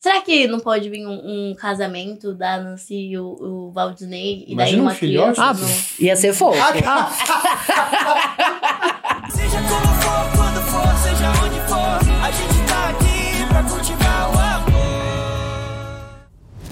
Será que não pode vir um, um casamento da Nancy e o, o Valdinei? E daí Imagina um uma filhote, criança? Ah, não? pff, ia ser fofo. Seja como for, quando for, seja onde for, a gente tá aqui pra cultivar o amor.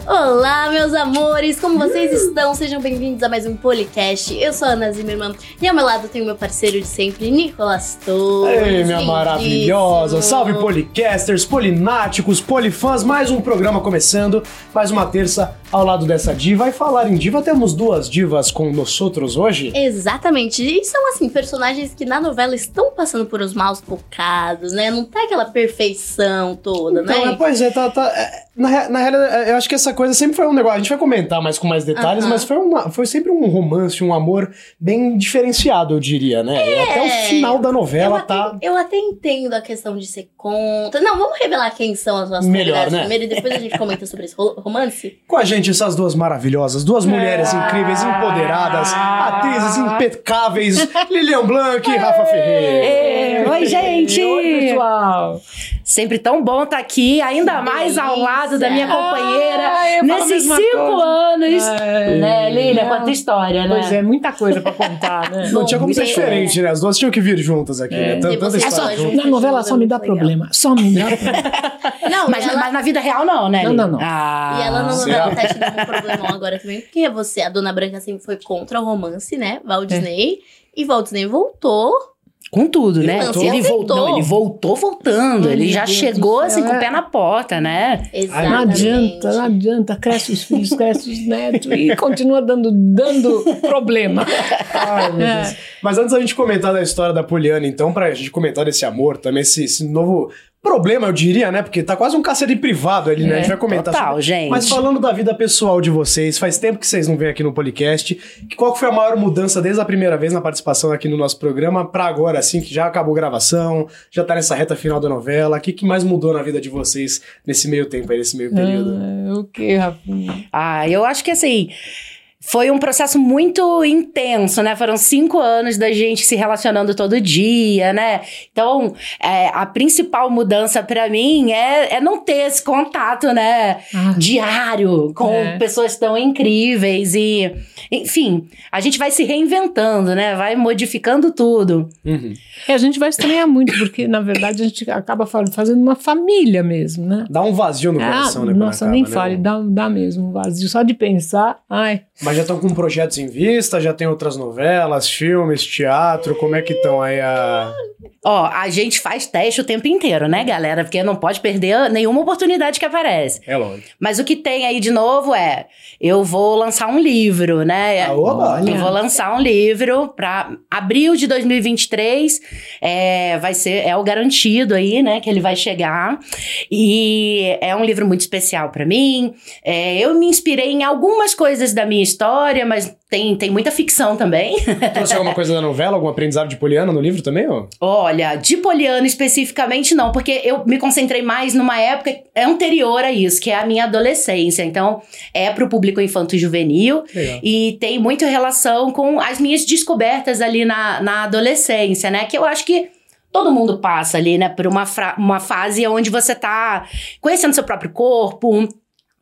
Olá, meus amores! Como vocês estão? Sejam bem-vindos a mais um Policast. Eu sou a Ana Zimmermann e ao meu lado tem o meu parceiro de sempre, Nicolas Torres. Ei, minha maravilhosa! Lindíssimo. Salve policasters, polináticos, polifãs, mais um programa começando, mais uma terça ao lado dessa diva. E falar em diva, temos duas divas com nós outros hoje. Exatamente. E são, assim, personagens que na novela estão passando por uns maus bocados, né? Não tá aquela perfeição toda, Então, é, né? pois é, tá, tá, é, na, rea- na realidade, é, eu acho que essa coisa sempre foi um negócio. A gente vai comentar mais com mais detalhes, Aham. mas foi, uma, foi sempre um romance, um amor bem diferenciado, eu diria, né? E Até o final da novela eu, tá. até, eu até entendo a questão de ser contra. Não, vamos revelar quem são as nossas Melhor, convidadas né? primeiro e depois a gente comenta sobre esse ro- romance. Com a gente, essas duas maravilhosas, duas mulheres É. incríveis, empoderadas, Ah. atrizes impecáveis, Lilian Blanc e Rafa É. Ferreira. Ê, Oi, gente! Oi, pessoal! Sempre tão bom estar aqui, ainda mais ao lado da minha delícia. companheira. Ah, eu falo a nesses mesma cinco coisa. anos. É. Né, Lília? Não. Quanta história, né? Pois é, muita coisa pra contar, né? Não tinha como ser Muito diferente, né? As duas tinham que vir juntas aqui, né? Tan- É. E Tanta vocês história dois junto. juntas. É Na novela só me dá Legal. problema. Só me dá problema. Não, Mas, e ela- mas na vida real, não, né? Não, Lília? não, não. Ah, E ela não será? não tá te dando um problemão agora também, porque você, a Dona Branca sempre foi contra o romance, né? Walt Disney. E Walt Disney voltou. Com tudo, Ele né? voltou? Ele voltou. Voltou. Não, ele voltou voltando. Ai, ele meu já Deus chegou do assim céu, com o é. pé na porta, né? Exatamente. Não adianta, né, não adianta. Cresce os filhos, cresce os netos e continua dando, dando problema. Ai, meu Deus. É. Mas antes da gente comentar da história da Poliana, então, pra gente comentar desse amor também, esse, esse novo problema, eu diria, né? Porque tá quase um cacete privado ali, né? a gente vai tá comentar Total, sobre- É. gente. Mas falando da vida pessoal de vocês, faz tempo que vocês não vêm aqui no podcast. Que- Qual que foi a maior mudança desde a primeira vez na participação aqui no nosso programa pra agora, assim, que já acabou a gravação, já tá nessa reta final da novela? O que, que mais mudou na vida de vocês nesse meio tempo aí, nesse meio período? Ah, o que, Rafinha? Ah, eu acho que assim. Foi um processo muito intenso, né? Foram cinco anos da gente se relacionando todo dia, né? Então, é, a principal mudança pra mim é, é não ter esse contato, né? Ah, Diário com É. pessoas tão incríveis e, enfim, a gente vai se reinventando, né? Vai modificando tudo. Uhum. e a gente vai estranhar muito, porque na verdade a gente acaba fa- fazendo uma família mesmo, né? Dá um vazio no coração, né? quando nossa, acaba, nem né? fale, dá, dá mesmo um vazio. Só de pensar, ai, Mas já estão com projetos em vista, já tem outras novelas, filmes, teatro, como é que estão aí a... Ó, a gente faz teste o tempo inteiro, né, galera? Porque não pode perder nenhuma oportunidade que aparece. É lógico. Mas o que tem aí de novo é, eu vou lançar um livro, né? Ah, oba, olha. eu vou lançar um livro para abril de 2023, é, vai ser é o garantido aí, né? Que ele vai chegar e é um livro muito especial para mim. É, eu me inspirei em algumas coisas da minha história, mas tem, tem muita ficção também. Trouxe alguma coisa da novela, algum aprendizado de Poliana no livro também, ó? Olha, de Poliana especificamente não, porque eu me concentrei mais numa época anterior a isso, que é a minha adolescência. Então, é pro público infanto e juvenil Legal. e tem muito relação com as minhas descobertas ali na, na adolescência, né? Que eu acho que todo mundo passa ali, né? Por uma, fra- uma fase onde você tá conhecendo seu próprio corpo.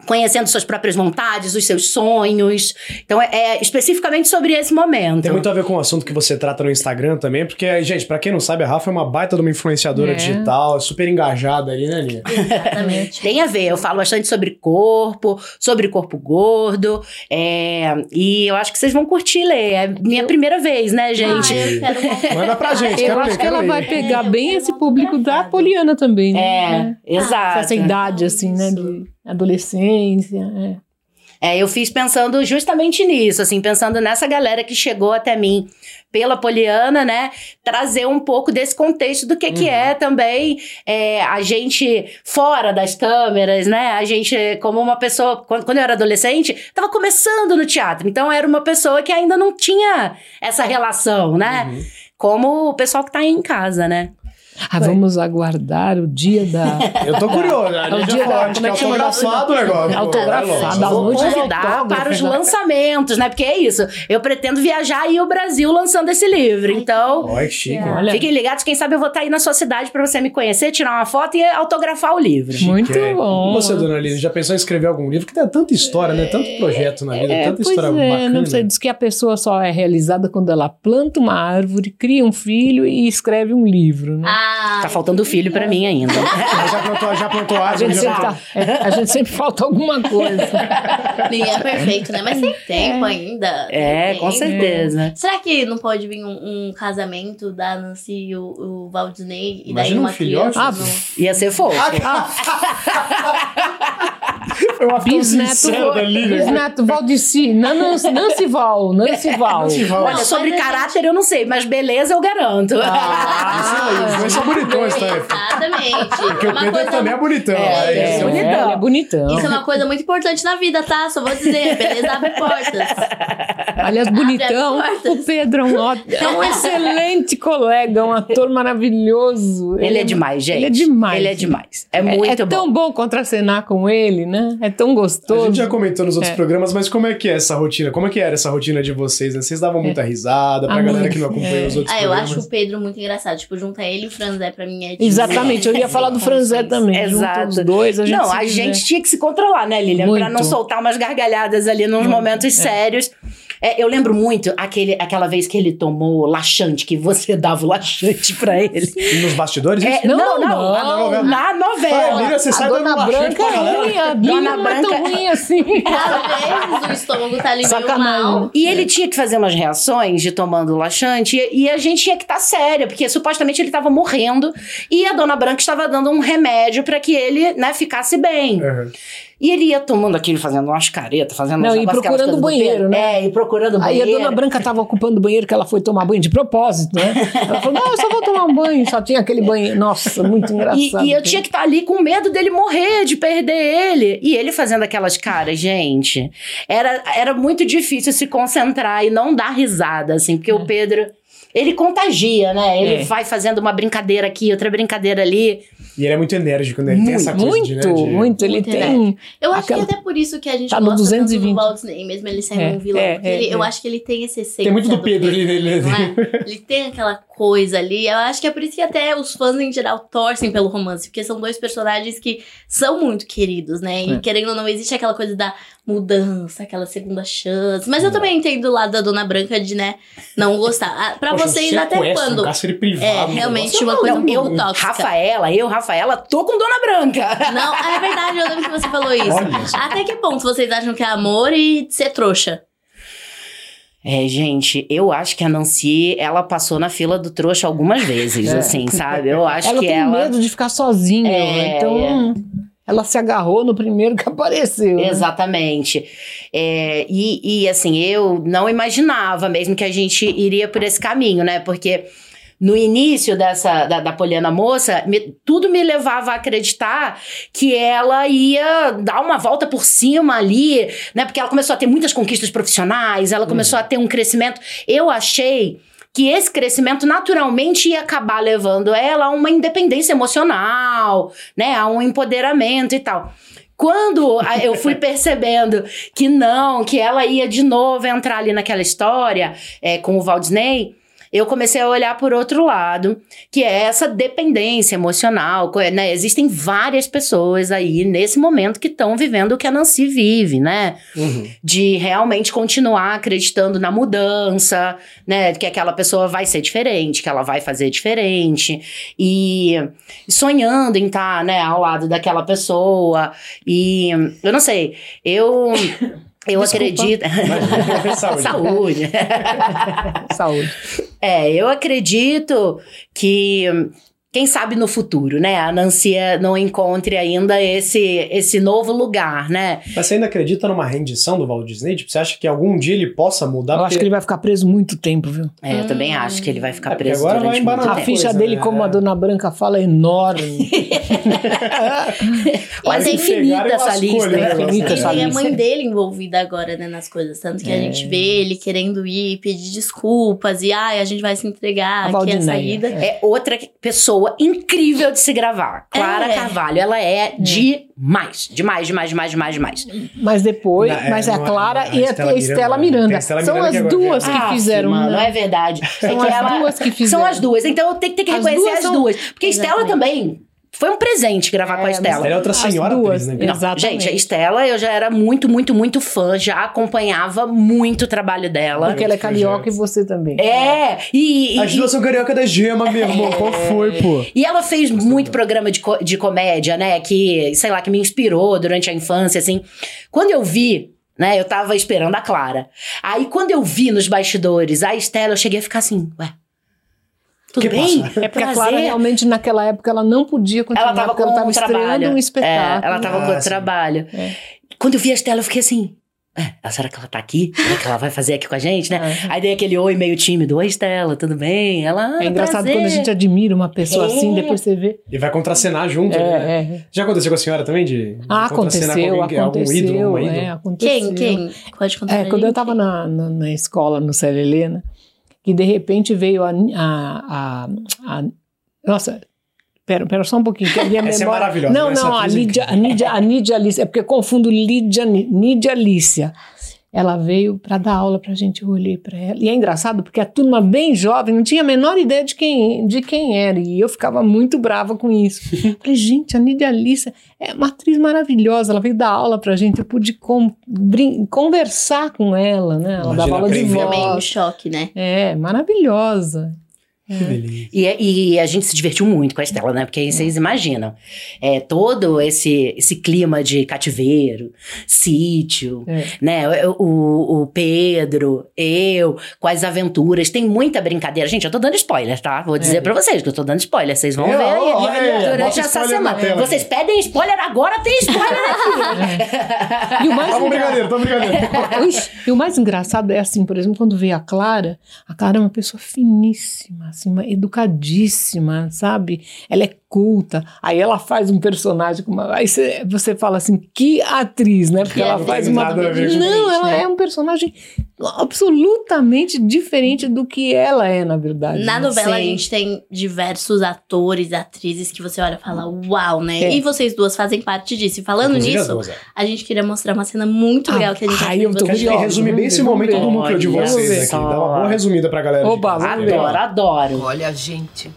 Conhecendo suas próprias vontades, os seus sonhos. Então, é, é especificamente sobre esse momento. Então, Tem muito a ver com o assunto que você trata no Instagram também, porque, gente, pra quem não sabe, a Rafa é uma baita de uma influenciadora É. digital, super engajada ali, né, Lia? Exatamente. Tem a ver, eu falo bastante sobre corpo, sobre corpo gordo, é, e eu acho que vocês vão curtir ler. É minha primeira vez, né, gente? Ah, eu quero uma- Manda pra gente, eu quero acho ler, que quero ela ler. vai pegar É, eu bem quero Ah, esse uma público da autografada. Poliana também, É, né? exato. Essa idade, assim, né? De adolescência. é. É, eu fiz pensando justamente nisso, assim, pensando nessa galera que chegou até mim pela Poliana, né? Trazer um pouco desse contexto do que, que é também é, a gente fora das câmeras, né? A gente, como uma pessoa. Quando, quando eu era adolescente, tava começando no teatro, então era uma pessoa que ainda não tinha essa relação, né? Como o pessoal que tá aí em casa, né? Ah, vamos aguardar o dia da. Eu tô curioso. A É o gente dia já da- falou, acho que como é que chama? autografado o negócio. Autografado, Pô, a vai Vou Tá longe. noite do convidar autógrafo, para os né? lançamentos, né? Porque é isso. Eu pretendo viajar aí o Brasil lançando esse livro. Então, Ó, é chique. Olha. Olha, fiquem ligados. Quem sabe eu vou estar aí na sua cidade para você me conhecer, tirar uma foto e autografar o livro. Chique, Muito é. bom. E Você, dona Aline, já pensou em escrever algum livro? Que tem tanta história, né? Tanto projeto na vida, É, tanta pois história é, bacana. não sei, diz que a pessoa só é realizada quando ela planta uma árvore, cria um filho e escreve um livro, né? Ah, Tá faltando filho para mim ainda. Mas já plantou, já plantou a, árvore, gente já sempre plantou... tá- é, a gente sempre falta alguma coisa. ninguém é perfeito, né? Mas tem tempo ainda. tem É, com tempo. certeza. Será que não pode vir um, um casamento da Nancy e o, o Valdinei? E daí Imagina um uma filhote, criança? Ah, não- Ia ser fofo. Foi uma é um Bisneto, sincera da Aline. Bisneto Valdeci, Nan- Nancy, Nancy Val, É, Nancy Val. Não se fala. Olha, sobre mas a caráter eu não sei, mas beleza eu garanto. Ah, isso aí, os dois são bonitões, tá? Exatamente. Porque o Uma Pedro coisa também é bonitão. É, aí, é, isso bonitão. ele é bonitão. Isso é uma coisa muito importante na vida, tá? Só vou dizer, beleza abre portas. Aliás, bonitão. as portas. O Pedro é um, ó- é um excelente colega, um ator maravilhoso. Ele é demais, gente. Ele é demais. Ele é demais. É É, muito é tão bom. bom contracenar com ele, né? É tão A gostoso. gente já comentou nos outros É. programas, mas como é que é essa rotina? Como é que era essa rotina de vocês? Né? Vocês davam muita risada pra É. Ah, galera muito. que não acompanhou É. os outros Ah, eu programas. acho o Pedro muito engraçado. Tipo, junta ele e o Franzé pra mim é tipo, Exatamente, eu ia falar do Franzé também. Exato. Junto os dois, a gente não, se a diverte. gente tinha que se controlar, né, Lilian? Pra não Muito. soltar umas gargalhadas ali nos momentos sérios. É, eu lembro muito aquele, aquela vez que ele tomou o laxante, que você dava o laxante pra ele. E nos bastidores? isso? É, Não, não, não, não, Na não. novela. Na é, Ah, novela. Miriam, você A sai dando Dona uma Branca pra é galera. ruim, Dona a Bíblia não é tão Branca- ruim assim. Às vezes o estômago tá ali meio Sacanagem. mal. E ele tinha que fazer umas reações de tomando laxante, e, e a gente tinha que estar séria, porque supostamente ele estava morrendo e a dona Branca estava dando um remédio pra que ele, né, ficasse bem. Uhum. E ele ia tomando aquilo, fazendo umas caretas, fazendo Não, uns e negócios, aquelas procurando coisas do Pedro. banheiro, né? É, e procurando Aí a banheiro. Dona Branca estava ocupando o banheiro que ela foi tomar banho de propósito, né? Ela falou, não, eu só vou tomar um banho. Só tinha aquele banheiro. Nossa, muito E, engraçado. e eu tinha que estar ali com medo dele morrer, de perder ele. E ele fazendo aquelas caras, gente. Era, era muito difícil se concentrar e não dar risada, assim, porque o Pedro. Ele contagia, né? Ele É. vai fazendo uma brincadeira aqui, outra brincadeira ali. E ele é muito enérgico, né? Ele tem essa coisa Muito, de, né, de- muito. Ele Muito né? tem... Eu acho Aquela- que é até por isso que a gente Tá no gosta tanto 220. do Walt Disney, mesmo ele sendo É, um vilão. é, porque é, ele- Eu é. acho que ele tem esse essência Tem muito do Pedro, Pedro ali né? nele. não é? Ele tem aquela coisa ali. Eu acho que é por isso que até os fãs em geral torcem pelo romance, porque são dois personagens que são muito queridos, né? E É. querendo ou não, existe aquela coisa da mudança, aquela segunda chance. Mas eu Hum. também entendo o lado da Dona Branca de, né, não gostar. Ah, Pra Poxa, um vocês, até sequestro, um quando? cárcere privado, É, um realmente negócio uma coisa maluco. muito tóxica. Rafaela, eu, Rafaela, tô com Dona Branca. Não, é verdade, eu lembro que você falou isso. Olha só. Até que ponto vocês acham que é amor e ser trouxa? É, gente, eu acho que a Nancy, ela passou na fila do trouxa algumas vezes, É. assim, sabe? Eu acho Ela que tem ela. medo de ficar sozinha. É, né? Então, ela se agarrou no primeiro que apareceu. né? Exatamente. É, e, e, assim, eu não imaginava mesmo que a gente iria por esse caminho, né? Porque no início dessa da, da Poliana Moça, me- tudo me levava a acreditar que ela ia dar uma volta por cima ali, né? Porque ela começou a ter muitas conquistas profissionais, ela começou a ter um crescimento. Eu achei que esse crescimento naturalmente ia acabar levando ela a uma independência emocional, né, a um empoderamento e tal. Quando a- eu fui percebendo que não, que ela ia de novo entrar ali naquela história é, com o Waldney, eu comecei a olhar por outro lado, que é essa dependência emocional. co- Né? Existem várias pessoas aí nesse momento que estão vivendo o que a Nancy vive, né? Uhum. de realmente continuar acreditando na mudança, né? Que aquela pessoa vai ser diferente, que ela vai fazer diferente. E sonhando em estar, né, ao lado daquela pessoa. E eu não sei, eu. Eu Desculpa. acredito. Mas- é, Saúde. Saúde. Saúde. É, eu acredito que quem sabe no futuro, né? A Nancy eh, não encontre ainda esse esse novo lugar, né? Mas você ainda acredita numa rendição do Walt Disney? Tipo, você acha que algum dia ele possa mudar? Eu acho Porque- que ele vai ficar preso muito tempo, viu? É, eu também Hum. acho que ele vai ficar É, porque preso agora vai durante muito embaralhar A tempo. coisa, ficha dele, né? como a Dona Branca fala, é enorme. Quase é Quase infinita pegaram essa as cores, né? lista. Infinita assim, E assim, essa tem a lista. É. mãe dele envolvida agora, né, nas coisas. Tanto que a gente vê ele querendo ir, pedir desculpas, e ai, a gente vai se A entregar, que é a Valdineia. saída. É outra pessoa pessoa incrível de se gravar. Clara É. Carvalho. Ela é demais. Demais, demais, demais, demais, demais. Mas depois, Não, é, mas é a não é- Clara não, a e a Estela Estela, Miranda. Tem Miranda. a Estela São Miranda que as agora duas Ah, que fizeram. sim, mano, né? é verdade. São é que as ela- duas que fizeram. São as duas. Então tem, tem que As reconhecer duas as são- duas. Porque a Estela Exatamente. também foi um presente gravar com a É, Estela. Ela é outra As senhora duas. atriz, né? Não. é cara? Exatamente. Gente, a Estela, eu já era muito, muito, muito fã, já acompanhava muito o trabalho dela. Porque ela é carioca e você também. É, e, e- As duas são carioca da gema, meu irmão. Qual foi, pô? e ela fez muito programa de, co- de comédia, né? Que, sei lá, que me inspirou durante a infância, assim. Quando eu vi, né, eu tava esperando a Clara. Aí, quando eu vi nos bastidores a Estela, eu cheguei a ficar assim, ué. Tudo Que bem? passa? É porque a Prazer. Clara realmente naquela época ela não podia continuar, Ela tava porque com ela tava um trabalho. estreando um É, espetáculo. ela tava Ah, com o sim. trabalho. É. Quando eu vi a Estela, eu fiquei assim. "É, será que ela tá aqui? Será que ela vai fazer aqui com a gente, né? É. Aí dei aquele oi meio tímido. Oi, Estela, tudo bem? Ela. "Ah, É engraçado prazer." quando a gente admira uma pessoa É. assim, depois você vê. E vai contracenar junto, né? É, é. Já aconteceu com a senhora também? De de Ah, contracenar aconteceu, alguém que é aconteceu. Algum ídolo, uma ídola? é, aconteceu. Quem? Quem? Pode contar. É, pra quando eu gente? tava na, na, na escola, no Célia Helena, né, que de repente veio a. a, a, a- nossa, pera, pera só um pouquinho, que a minha Essa é memória- maravilhosa, Não, essa não, a atriz é Lídia, a, Lídia, a Lídia Alicia, é porque eu confundo Lídia, Lídia Alicia. Ela veio para dar aula pra gente, eu olhei pra ela. E é engraçado porque a turma bem jovem não tinha a menor ideia de quem, de quem era. E eu ficava muito brava com isso. Eu Falei, gente, a Lídia Alicia é uma atriz maravilhosa. Ela veio dar aula pra gente. Eu pude com- brin- conversar com ela, né? Ela Imagina, dava aula de aprender. Foi meio um voz. choque, né? É, maravilhosa. Que delícia. E, e a gente se divertiu muito com a Estela, né? Porque aí vocês imaginam. É, todo esse, esse clima de cativeiro, sítio, É. né? O, o- o Pedro, eu, quais aventuras. Tem muita brincadeira. Gente, eu tô dando spoiler, tá? Vou dizer pra vocês que eu tô dando spoiler. Vocês vão É, ver aí, ó, olha aí, durante bota essa spoiler semana. na tela. vocês pedem spoiler agora, tem spoiler aqui. E o mais Toma um engraçado- brigadeiro, toma um brigadeiro. Ixi, e o mais engraçado é assim, por exemplo, quando vê a Clara, a Clara é uma pessoa finíssima, assim, uma educadíssima, sabe? Ela é culta. Aí ela faz um personagem com uma. Aí cê- você fala assim, que atriz, né? Porque Que ela atriz, faz uma. nada a ver com Não, gente, ela né? é um personagem absolutamente diferente do que ela é, na verdade. Na né? novela a Sim. gente tem diversos atores, atrizes que você olha e fala, uau, né? É. E vocês duas fazem parte disso. E falando Inclusive as nisso, duas, é. a gente queria mostrar uma cena muito legal que a gente achou ai, de eu tô Porque acho que ele curiosa, resume vamos bem ver, esse vamos momento ver. do núcleo de Olha vocês aqui. só. Dá uma boa resumida pra galera. de Oba, casa. vamos ver. Adoro, adoro. Olha, gente,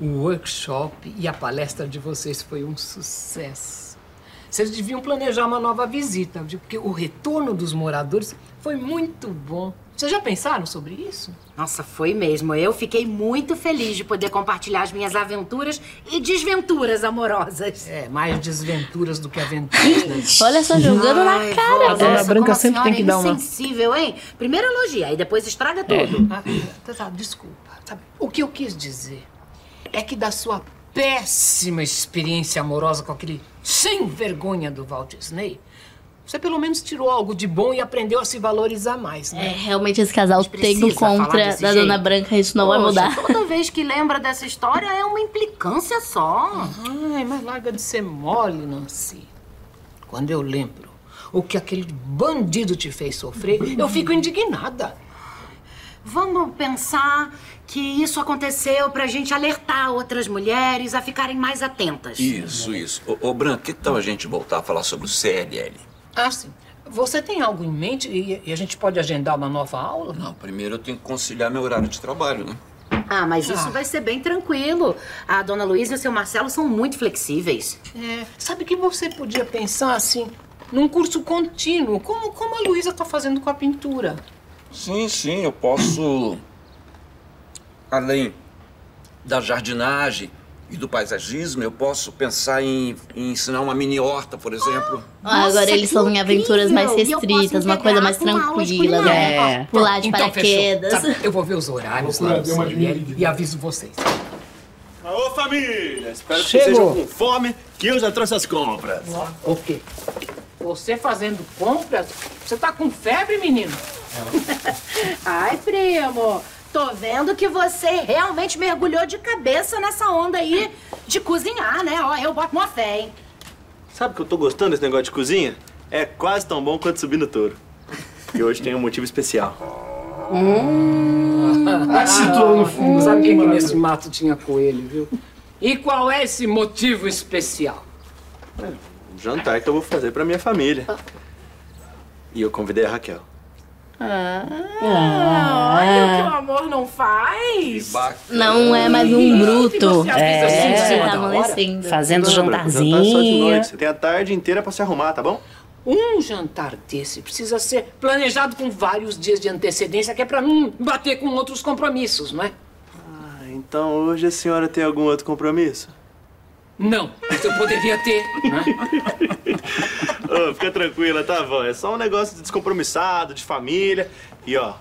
o workshop e a palestra de vocês foi um sucesso. Vocês deviam planejar uma nova visita, viu? porque o retorno dos moradores foi muito bom. Vocês já pensaram sobre isso? Nossa, foi mesmo. Eu fiquei muito feliz de poder compartilhar as minhas aventuras e desventuras amorosas. É, mais desventuras do que aventuras. Olha só, jogando na Ai, cara. A dona Nossa, Branca como a sempre tem senhora que dar uma- É. É insensível, hein? Primeiro elogia, aí depois estraga tudo. Ah, tá, tá, desculpa. Sabe, o que eu quis dizer é que da sua péssima experiência amorosa com aquele sem vergonha do Walt Disney, você pelo menos tirou algo de bom e aprendeu a se valorizar mais, É, né? realmente esse casal tem precisa o falar contra desse da jeito. Dona Branca, isso não vai Poxa, mudar. Toda vez que lembra dessa história é uma implicância só. Ai, mas larga de ser mole, Nancy. Quando eu lembro o que aquele bandido te fez sofrer, eu fico indignada. Vamos pensar que isso aconteceu pra gente alertar outras mulheres a ficarem mais atentas. Isso, isso. Ô, ô Branco, que tal a gente voltar a falar sobre o CLL? Ah, sim. Você tem algo em mente e, e a gente pode agendar uma nova aula? Não, primeiro eu tenho que conciliar meu horário de trabalho, né? Ah, mas isso Ah. vai ser bem tranquilo. A dona Luísa e o seu Marcelo são muito flexíveis. É, sabe que você podia pensar assim, num curso contínuo, como, como a Luísa tá fazendo com a pintura. Sim, sim, eu posso. Além da jardinagem e do paisagismo, eu posso pensar em, em ensinar uma mini horta, por exemplo. Ah, Agora Nossa, eles que estão em aventuras mais incrível! E eu posso restritas, uma integrar coisa mais com uma aula de tranquila, né? culinária. Pular de então, fechou. paraquedas. Sabe, eu vou ver os horários Vou lá procurar, do deu uma CLL diminuída. e aviso vocês. Ô família, espero que Chegou. vocês estejam com fome, que eu já trouxe as compras. O quê? Você fazendo compras? Você tá com febre, menino? Ai, primo, tô vendo que você realmente mergulhou de cabeça nessa onda aí de cozinhar, né? Ó, eu boto uma fé, hein? Sabe que eu tô gostando desse negócio de cozinha? É quase tão bom quanto subir no touro. E hoje tem um motivo especial. Ah, se tornou no fundo. Sabe que que maravilha. nesse mato tinha coelho, viu? E qual é esse motivo especial? Um jantar que eu vou fazer pra minha família. E eu convidei a Raquel. Olha o que o amor não Que faz. bacana. Não é mais um bruto. É, Você é, tá da hora. amanhecendo. Fazendo Não, Branco, jantarzinho. Jantar só de noite. Você tem a tarde inteira pra se arrumar, tá bom? Um jantar desse precisa ser planejado com vários dias de antecedência, que é pra não bater com outros compromissos, não é? Ah, então hoje a senhora tem algum outro compromisso? Não, mas eu poderia ter, né? Ô, fica tranquila, tá bom. É só um negócio de descompromissado, de família. E ó,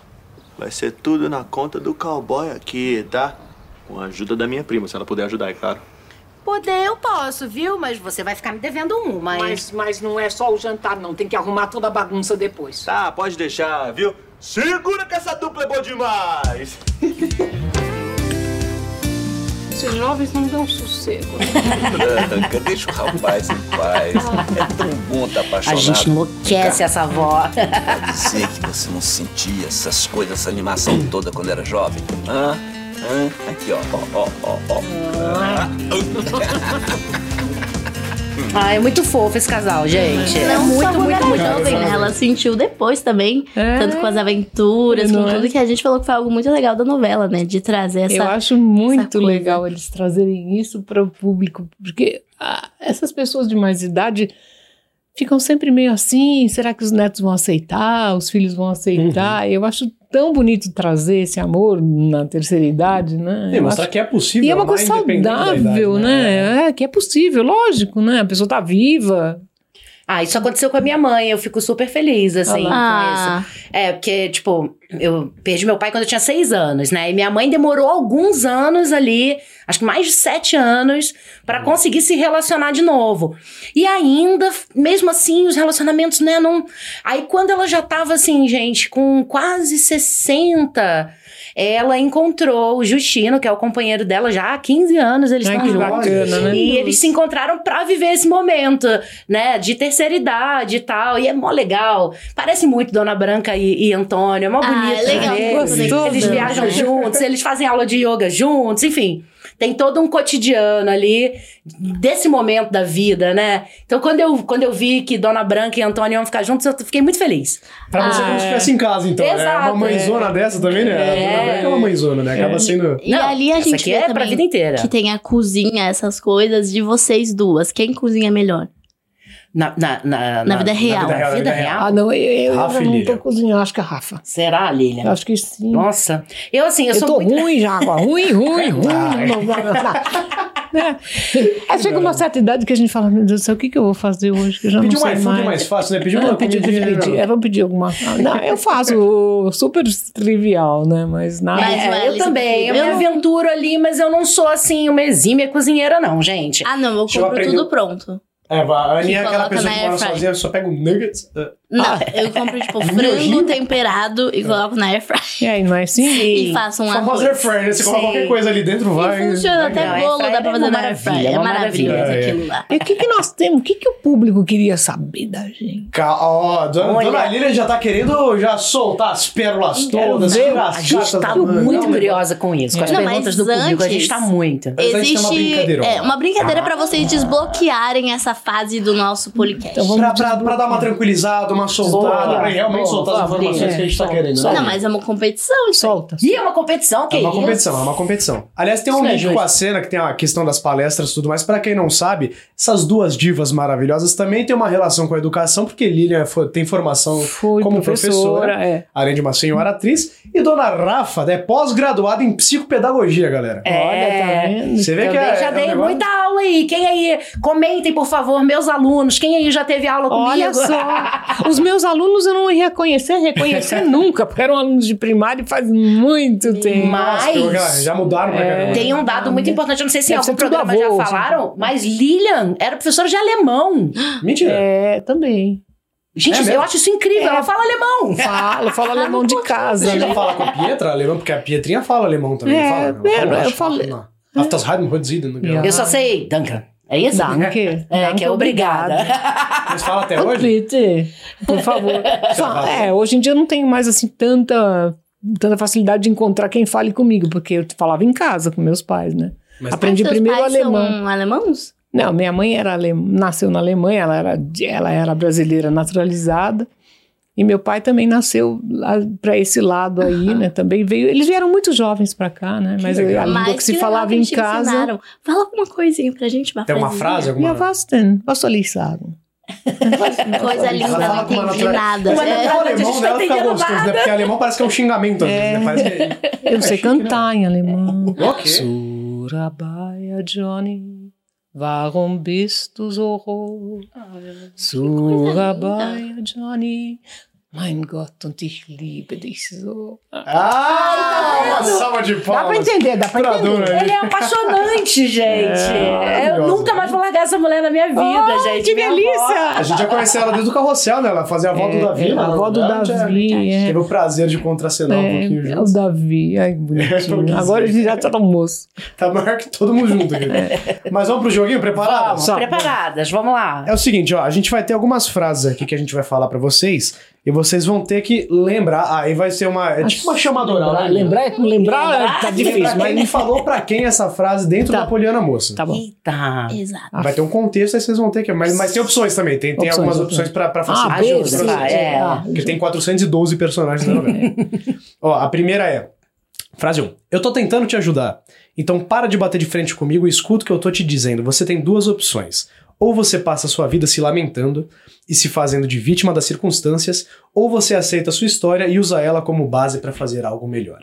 vai ser tudo na conta do cowboy aqui, tá? Com a ajuda da minha prima, se ela puder ajudar, é claro. Poder eu posso, viu? Mas você vai ficar me devendo uma, hein? Mas, mas não é só o jantar, não. Tem que arrumar toda a bagunça depois. Tá, pode deixar, viu? Segura que essa dupla é boa demais! Esses jovens não dão sossego. Branca, deixa o rapaz em paz. É tão bom estar A apaixonado. gente enlouquece essa avó. Quer dizer que você não sentia essas coisas, essa animação toda quando era jovem? Hã? Hã? Aqui, ó, ó, ó, ó, ó. Ai, é muito fofo esse casal, gente. Não muito, só quando muito, era muito. jovem, né? Ela sentiu depois também, É. tanto com as aventuras, com Não é? tudo que a gente falou que foi algo muito legal da novela, né? De trazer essa. Eu acho muito coisa. legal eles trazerem isso para o público, porque ah, essas pessoas de mais idade ficam sempre meio assim: será que os netos vão aceitar? Os filhos vão Uhum. aceitar? Eu acho tão bonito trazer esse amor na terceira idade, né? E Eu mostrar acho- que é possível. E é uma amar coisa independente da saudável, idade, né? É, que é possível, lógico, né? A pessoa tá viva. Ah, isso aconteceu com a minha mãe. Eu fico super feliz, assim, com isso. Ah, É, porque, tipo, eu perdi meu pai quando eu tinha seis anos, né? E minha mãe demorou alguns anos ali, acho que mais de sete anos, pra Hum. conseguir se relacionar de novo. E ainda, mesmo assim, os relacionamentos, né, não. Aí quando ela já tava assim, gente, com quase 60, ela encontrou o Justino, que é o companheiro dela já há 15 anos, eles Ai, estão que juntos. bacana, né? E eles se encontraram pra viver esse momento, né? De terceira idade e tal. E é mó legal. Parece muito Dona Branca e, e Antônio. É mó Ah, bonito. é legal, né? gostoso, Eles né? viajam juntos, eles fazem aula de yoga juntos, enfim. Tem todo um cotidiano ali desse momento da vida, né? Então, quando eu, quando eu vi que Dona Branca e Antônio iam ficar juntos, eu fiquei muito feliz. Pra você como se estivesse em casa, então. né? Exato, Uma mãezona dessa também, né? É. É. é uma mãezona, né? Acaba sendo. e ali a essa gente aqui vê é pra também vida inteira. que tem a cozinha, essas coisas de vocês duas. Quem cozinha melhor? Na, na, na, vida real. Na, Na vida vida real. real. Ah, não, eu, eu, Rafa eu e não Lilian. tô cozinhando, acho que é Rafa. Será, Lilian? Eu acho que sim. Nossa. Eu, assim, eu, Eu, sou tô muito. É ruim já agora. Ruim, ruim, ruim. Não vou aguentar. Né? Aí chega uma certa idade que a gente fala, meu Deus do céu, o que, que eu vou fazer hoje? Que eu já Pedir não um sei iFood é mais. mais fácil, um né? Pedir Ah, uma pedir, comidinha, pedir, né? pedir. É, vamos pedir alguma coisa. Não, eu faço o super trivial, né? Mas nada. Mas É, não é eu Alice também. Cooper. Eu me Eu não- aventuro ali, mas eu não sou assim uma exímia cozinheira, não, gente. Ah, não, eu Deixa eu compro aprender. tudo pronto. É, vá, a Aninha é Que aquela coloca pessoa na que mora airfryer. sozinha, só pega um nuggets. Não, Ah, eu compro, tipo, frango Nojinho. temperado e coloco na airfryer E aí, não é assim? e faço um Famosa arroz. airfryer, né? Você coloca Sim. qualquer coisa ali dentro, vai. E funciona até Não, bolo, airfryer dá pra é fazer uma na maravilha, airfryer. É uma maravilha. maravilhoso É, é. aquilo lá. E o que, que nós temos? O que, que o público queria saber da gente? Ca- Ó, dona, Olha. dona Lilian já tá querendo já soltar as pérolas todas, ver, tirar A as gente gatas tá da manga. muito Não, curiosa com isso, com as Não, perguntas mas do público. A antes- gente tá muito. Mas aí Ah. tem uma Existe brincadeira. é, uma brincadeira pra vocês desbloquearem essa fase do nosso podcast. Então Pra, vamos pra, pra dar uma tranquilizada, uma soltada, Boa, pra realmente boa, soltar as boa, informações que é, a gente tá solta, querendo. né? solta. Não, mas é uma competição, isso Solta. E é uma competição, que É uma isso? competição, é uma competição. Aliás, tem um Isso é link justo. com a cena que tem a questão das palestras e tudo mais. Pra quem não sabe, essas duas divas maravilhosas também têm uma relação com a educação, porque Lilian é fo- tem formação Foi como professora, professora, é. além de uma senhora atriz, e Dona Rafa é pós-graduada em psicopedagogia, galera. É. Olha, tá vendo? Você vê que Também é, já é um dei negócio- muita aula aí. Quem aí? Comentem, por favor, meus alunos. Quem aí já teve aula comigo? Olha só, os meus alunos eu não ia reconhecer, reconhecer nunca, porque eram alunos de primário faz muito tempo. Mas- Nossa, já mudaram É. pra caramba. Tem um dado muito importante, eu não sei se em Deve algum ser tudo programa avô, assim. já falaram, mas Lilian era professora de alemão. Mentira. É, também. É Gente, mesmo? eu acho isso incrível. É. Ela fala alemão. Falo, falo alemão de casa, Você né? já fala com a Pietra alemão? Porque a Pietrinha fala alemão também. É, fala, é, eu É. acho, falei- fala. Auf das Heiden Hodziden, no German. Yeah. Eu só sei, Duncan. É isso? Danke. É, que é obrigada. Mas fala até Ô, É hoje? Peter, por favor. Fa- é, hoje em dia eu não tenho mais assim tanta, tanta facilidade de encontrar quem fale comigo, porque eu falava em casa com meus pais, né? Mas- Aprendi Seus primeiro pais alemão. São alemãos? Não, minha mãe era alem... nasceu na Alemanha, ela era, de- ela era brasileira naturalizada. E meu pai também nasceu para esse lado aí, né? Também veio. Eles vieram muito jovens para cá, né? Mas legal. a língua Mas que se legal falava que em eles te casa. ensinaram. Fala alguma coisinha pra gente, uma Tem uma frasezinha. frase, Minha alguma Vasten, posso ali, sabe? Coisa linda, fala não com uma entendi naturalidade. nada. Mas É. o tá alemão dela fica entendendo gostoso, né? Porque alemão parece que é um xingamento. às vezes, né? Parece que- Eu sei chique, cantar em alemão. né? Ok. Surabaya, Johnny, warum bist du so roh? Ah, Surabaya, Johnny, mein Gott, und ich liebe dich so. Ah, tá uma salva de Dá pra palmas. entender, dá pra Pra entender. dona aí. Ele é apaixonante, gente. É, eu maravilhosa. nunca mais vou largar essa mulher na minha vida, gente. que Minha delícia! A gente já conheceu ela desde o carrossel, né? Ela fazia a avó do Davi. É, né? a avó do Ela já Davi, é. Teve o prazer de contracenar um É, pouquinho é o junto. Davi, ai, bonitinho. pouquinho. Agora ele já tá no moço. Tá maior que todo mundo junto aqui. É. Mas vamos pro joguinho preparado? Vamos, Só- preparadas, vamos lá. É tá o seguinte, ó, a gente vai ter algumas frases aqui que a gente vai falar pra vocês e vocês vão ter que lembrar. Aí vai ser uma, é tipo uma chamada oral, né? Lembrar, lembrar, é- lembrar tá Lembrar difícil, quem mas... falou pra quem essa frase dentro Tá. da Poliana Moça. Tá bom. Eita. Exato. É. Vai ter um contexto, aí vocês vão ter que. Mas, mas tem opções também, tem, tem Opções, algumas opções. opções pra, pra Ah, facilitar beijo, o processo. vai, é. Ah, Porque tem 412 personagens na novela. Ó, a primeira é. Frase 1. Eu tô tentando te ajudar. Então para de bater de frente comigo e escuta o que eu tô te dizendo. Você tem duas opções. Ou você passa a sua vida se lamentando e se fazendo de vítima das circunstâncias, ou você aceita a sua história e usa ela como base pra fazer algo melhor.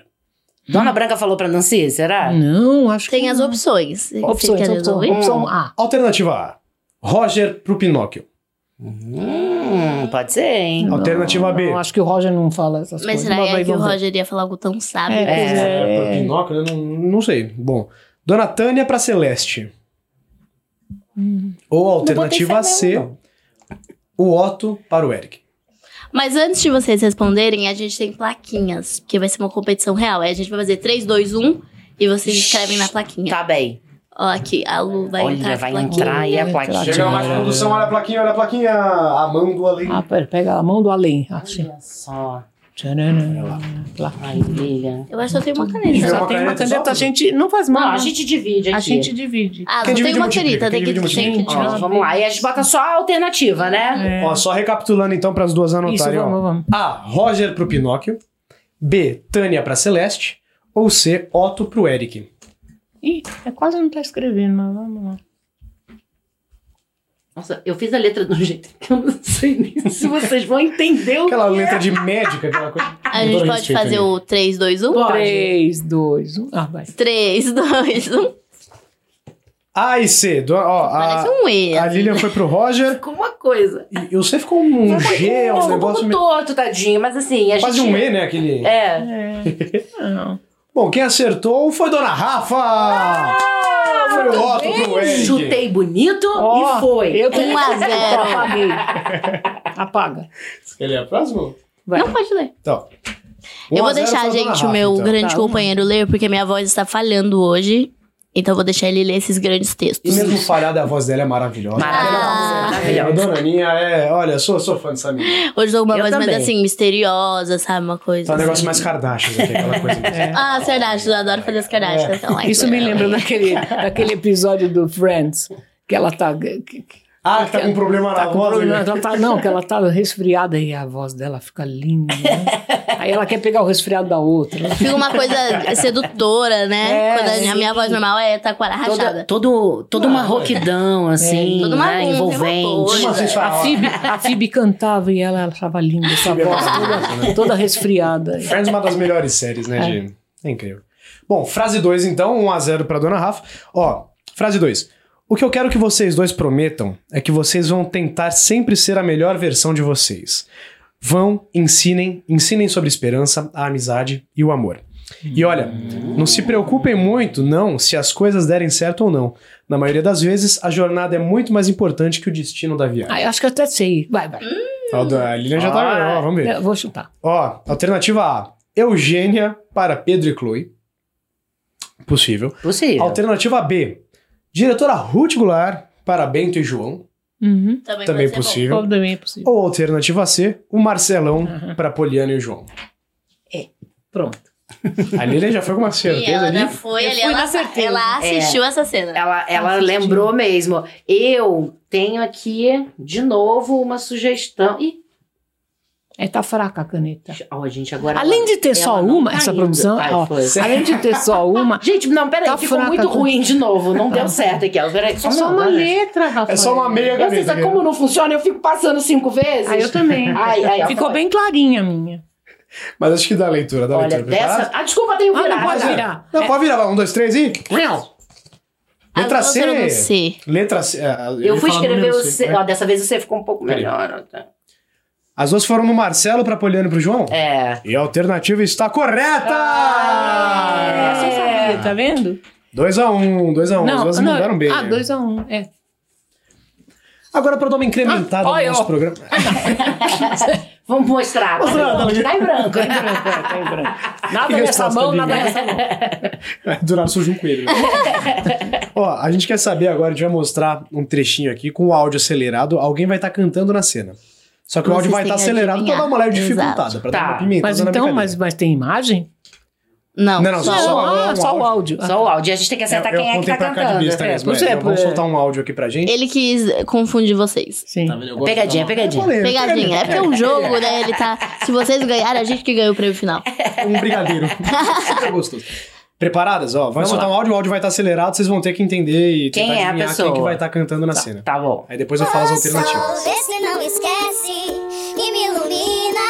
Dona Branca falou pra Nancy, será? Hum. Não, acho que Tem as não. opções. Você opções. quer Opção, resolver? opção A. Alternativa A. Roger pro Pinóquio. Hum, pode ser, hein? Não, Alternativa B. não, acho que o Roger não fala essas Mas coisas. será Vai, vai, que o vamos ver. Roger ia falar algo tão sábio? É, Pois é. pro Pinóquio, né? Não, não sei. Bom. Dona Tânia pra Celeste. Ou alternativa C. O Otto para o Eric. Mas antes de vocês responderem, a gente tem plaquinhas, porque vai ser uma competição real. Aí a gente vai fazer 3, 2, 1 e vocês escrevem na plaquinha. Tá bem. Ó, aqui, a Lu vai Olha, entrar. vai na plaquinha. entrar e a Vai entrar. plaquinha. Chega mais produção, olha a plaquinha, olha a plaquinha. A mão do além. Ah, pera, pega a mão do além. Assim. Olha só. Tchananã. Ah. Lá. Ai, Lilian. Eu acho que eu tenho uma Tiver caneta. Só uma tem uma caneta, só caneta, a tudo. gente não faz mal. Não, a né? gente divide aqui. A gente divide. Ah, Quem não tem divide, uma multiplica. caneta, tem Quem que divide, É. tem que multiplica. Ó, dividir. vamos lá. E a gente bota só a alternativa, né? Ó, só recapitulando então para as duas Isso, anotarem. vamos, ó. vamos. A. Roger pro Pinóquio. B. Tânia pra Celeste. Ou C. Otto pro Eric. Ih, é quase não tá escrevendo, mas vamos lá. Nossa, eu fiz a letra de um jeito que eu não sei nem se vocês vão entender o Aquela letra de médica, aquela coisa. A gente pode fazer um o 3, 2, 1? Pode. 3, 2, 1. Ah, vai. 3, 2, 1. A Ah, e C. do- ó, Parece a, um E. a Lilian foi pro Roger. Ficou uma coisa. E eu sei ficou um G, é um Ficou negócio um meio. torto, tadinho, mas assim, a gente... Quase um E, né? Aquele. É. Bom, quem acertou foi Dona Rafa! foi o Otto pro Eric. Chutei bonito Ó, e foi. Eu tô 1 a 0. Apaguei. Apaga. Ele é a próxima? Vai. Não pode ler. Então. Eu 1 vou a 0 deixar, pra Dona gente, o Rafa, meu então. grande Tá, companheiro ler, porque minha voz está falhando hoje. Então eu vou deixar ele ler esses grandes E textos. mesmo falhada, a voz dela é maravilhosa. Maravilhosa, É, a maravilhosa. Dona Aninha é. Olha, sou, sou fã dessa menina. Hoje eu tô com uma Eu voz mais também. assim, misteriosa, sabe? Uma coisa. Tá um negócio assim. mais Kardashian, né, que é aquela coisa. Ah, as Kardashians, eu adoro fazer as É. Kardashians. então, like, Isso me lembra daquele, daquele episódio do Friends, que ela tá... que- que- Ah, que tá com problema tá na com voz. problema, né? ela tá- não, que ela tá resfriada e a voz dela fica linda. né? Aí ela quer pegar o resfriado da outra. Fica uma coisa sedutora, né? É, Quando a- a minha voz normal é taquara Toda, rachada. todo, todo uma roquidão, assim, É, Toda uma né, bunda, uma envolvente. coisa. Como assim, sua- A Phoebe, a Phoebe cantava e ela, ela achava linda essa Phoebe é voz toda, toda resfriada. Friends é uma das melhores séries, né, Jim? É incrível. Bom, frase 2, então, 1x0 pra Dona Rafa. Ó, frase 2. O que eu quero que vocês dois prometam é que vocês vão tentar sempre ser a melhor versão de vocês. Vão, ensinem, ensinem sobre esperança, a amizade e o amor. E olha, não se preocupem muito, não, se as coisas derem certo ou não. Na maioria das vezes, a jornada é muito mais importante que o destino da viagem. Ah, eu acho que eu até sei. Vai, vai. Ó, A Lilian já tá. Ó, vamos ver. Eu vou chutar. Ó, alternativa A, Eugênia para Pedro e Chloe. Possível. Possível. Alternativa B, diretora Ruth Goulart para Bento e João. Uhum. também pode ser possível. Qual também é possível. Ou alternativa C, o Marcelão para Poliana e o João. Pronto. Ali ele já foi com uma E certeza ela ali. já foi Eu ali, fui ela, na certeza. É. ela assistiu essa cena. Ela, ela lembrou mesmo. Eu tenho aqui, de novo, uma sugestão. Ih, É, tá fraca a caneta. ó, gente, agora. Além ela- de ter só ela não uma, tá essa indo. produção, Ai, ó, foi. além de ter só Ah, uma, Gente, não, peraí, Tá ficou fraca muito a caneta. ruim de novo. Não deu certo aqui, ó. Peraí, um é só uma letra, Rafael. É só uma meia Eu sei, gaveta. sabe né? tá como não funciona? Eu fico passando cinco vezes. Ah, eu também. Ai, ai, ó, Ficou foi. bem clarinha a minha. Mas acho que dá leitura, dá Olha, leitura. dessa. preparado? Ah, desculpa, tenho Ah, virado. não pode virar. Não, pode virar. vai, Um, dois, três e... Letra Agora eu quero no C. C. Letra C. é, Eu ia fui falar escrever número o C, C. né? Ó, dessa vez o C ficou um pouco Peraí. melhor. ó, tá. As duas foram no Marcelo, pra Poliana e pro João? É. E a alternativa está correta! Essa eu sabia, tá vendo? 2x1, 2x1. É. As duas mandaram bem. Ah, né? 2 a 1 um, é. Agora, pra dar uma incrementada Ah, olha, no nosso ó. programa. Vamos mostrar. Tá, Mostrando. tá em branco. tá Nada Que nessa resposta mão, linda. nada nessa mão. Durar surge um coelho. né? Ó, a gente quer saber agora, a gente vai mostrar um trechinho aqui com o áudio acelerado. Alguém vai estar cantando na cena. Só que o Vocês áudio vai estar têm que acelerado pra dar uma leve adivinhar. é dificultada, pra dar Tá. uma pimentada Mas na então, brincadeira. mas, mas tem imagem? Não, Não, não, só, Não, só, ah, um só o áudio. Só o áudio. A gente tem que acertar eu, eu quem é que contei tá pra cantando. academista é, mesmo. por é. exemplo, Então, vamos é. soltar um áudio aqui pra gente. Ele quis confundir vocês. Sim. Tá Pegadinha, pegadinha. Polêmico, Pegadinha. É porque é um jogo, né? Ele tá. Se vocês ganharem, a gente que ganhou o prêmio final. um brigadeiro. Super É gostoso. Preparadas? Ó, vai soltar um áudio, o áudio vai estar acelerado, vocês vão ter que entender e Quem tentar é a adivinhar quem pessoa? que vai estar cantando na cena. Tá bom. Aí depois eu falo as alternativas. Vê se não esquece e me ilumina.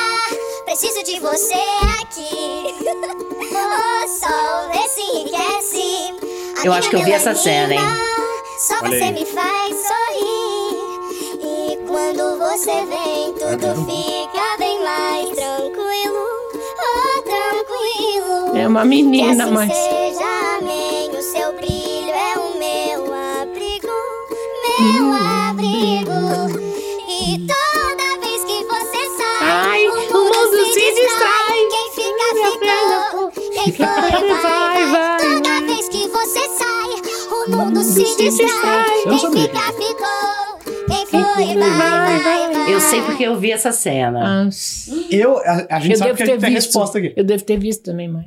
Preciso de você aqui. Oh, sol, vê se enriquece. a Eu minha acho que eu vi essa cena, hein? Só Olha você aí. me faz sorrir. E quando você vem, tudo fica bem mais tranquilo. Oh, tranquilo. É uma Que menina, assim mas. seja, amém. O seu brilho é o meu abrigo, meu abrigo. E toda vez que você sai, Ai, o mundo se distrai. Quem fica, fica louco. Quem foi, vai, vai. Toda vez que você sai, o mundo se distrai. Eu não Quem sabia que fica, ficou. Quem foi, vai, vai, vai. Eu sei porque eu vi essa cena. Ah, Eu, a, a gente eu sabe devo que a gente ter tem a visto. resposta aqui. Eu devo ter visto também mais.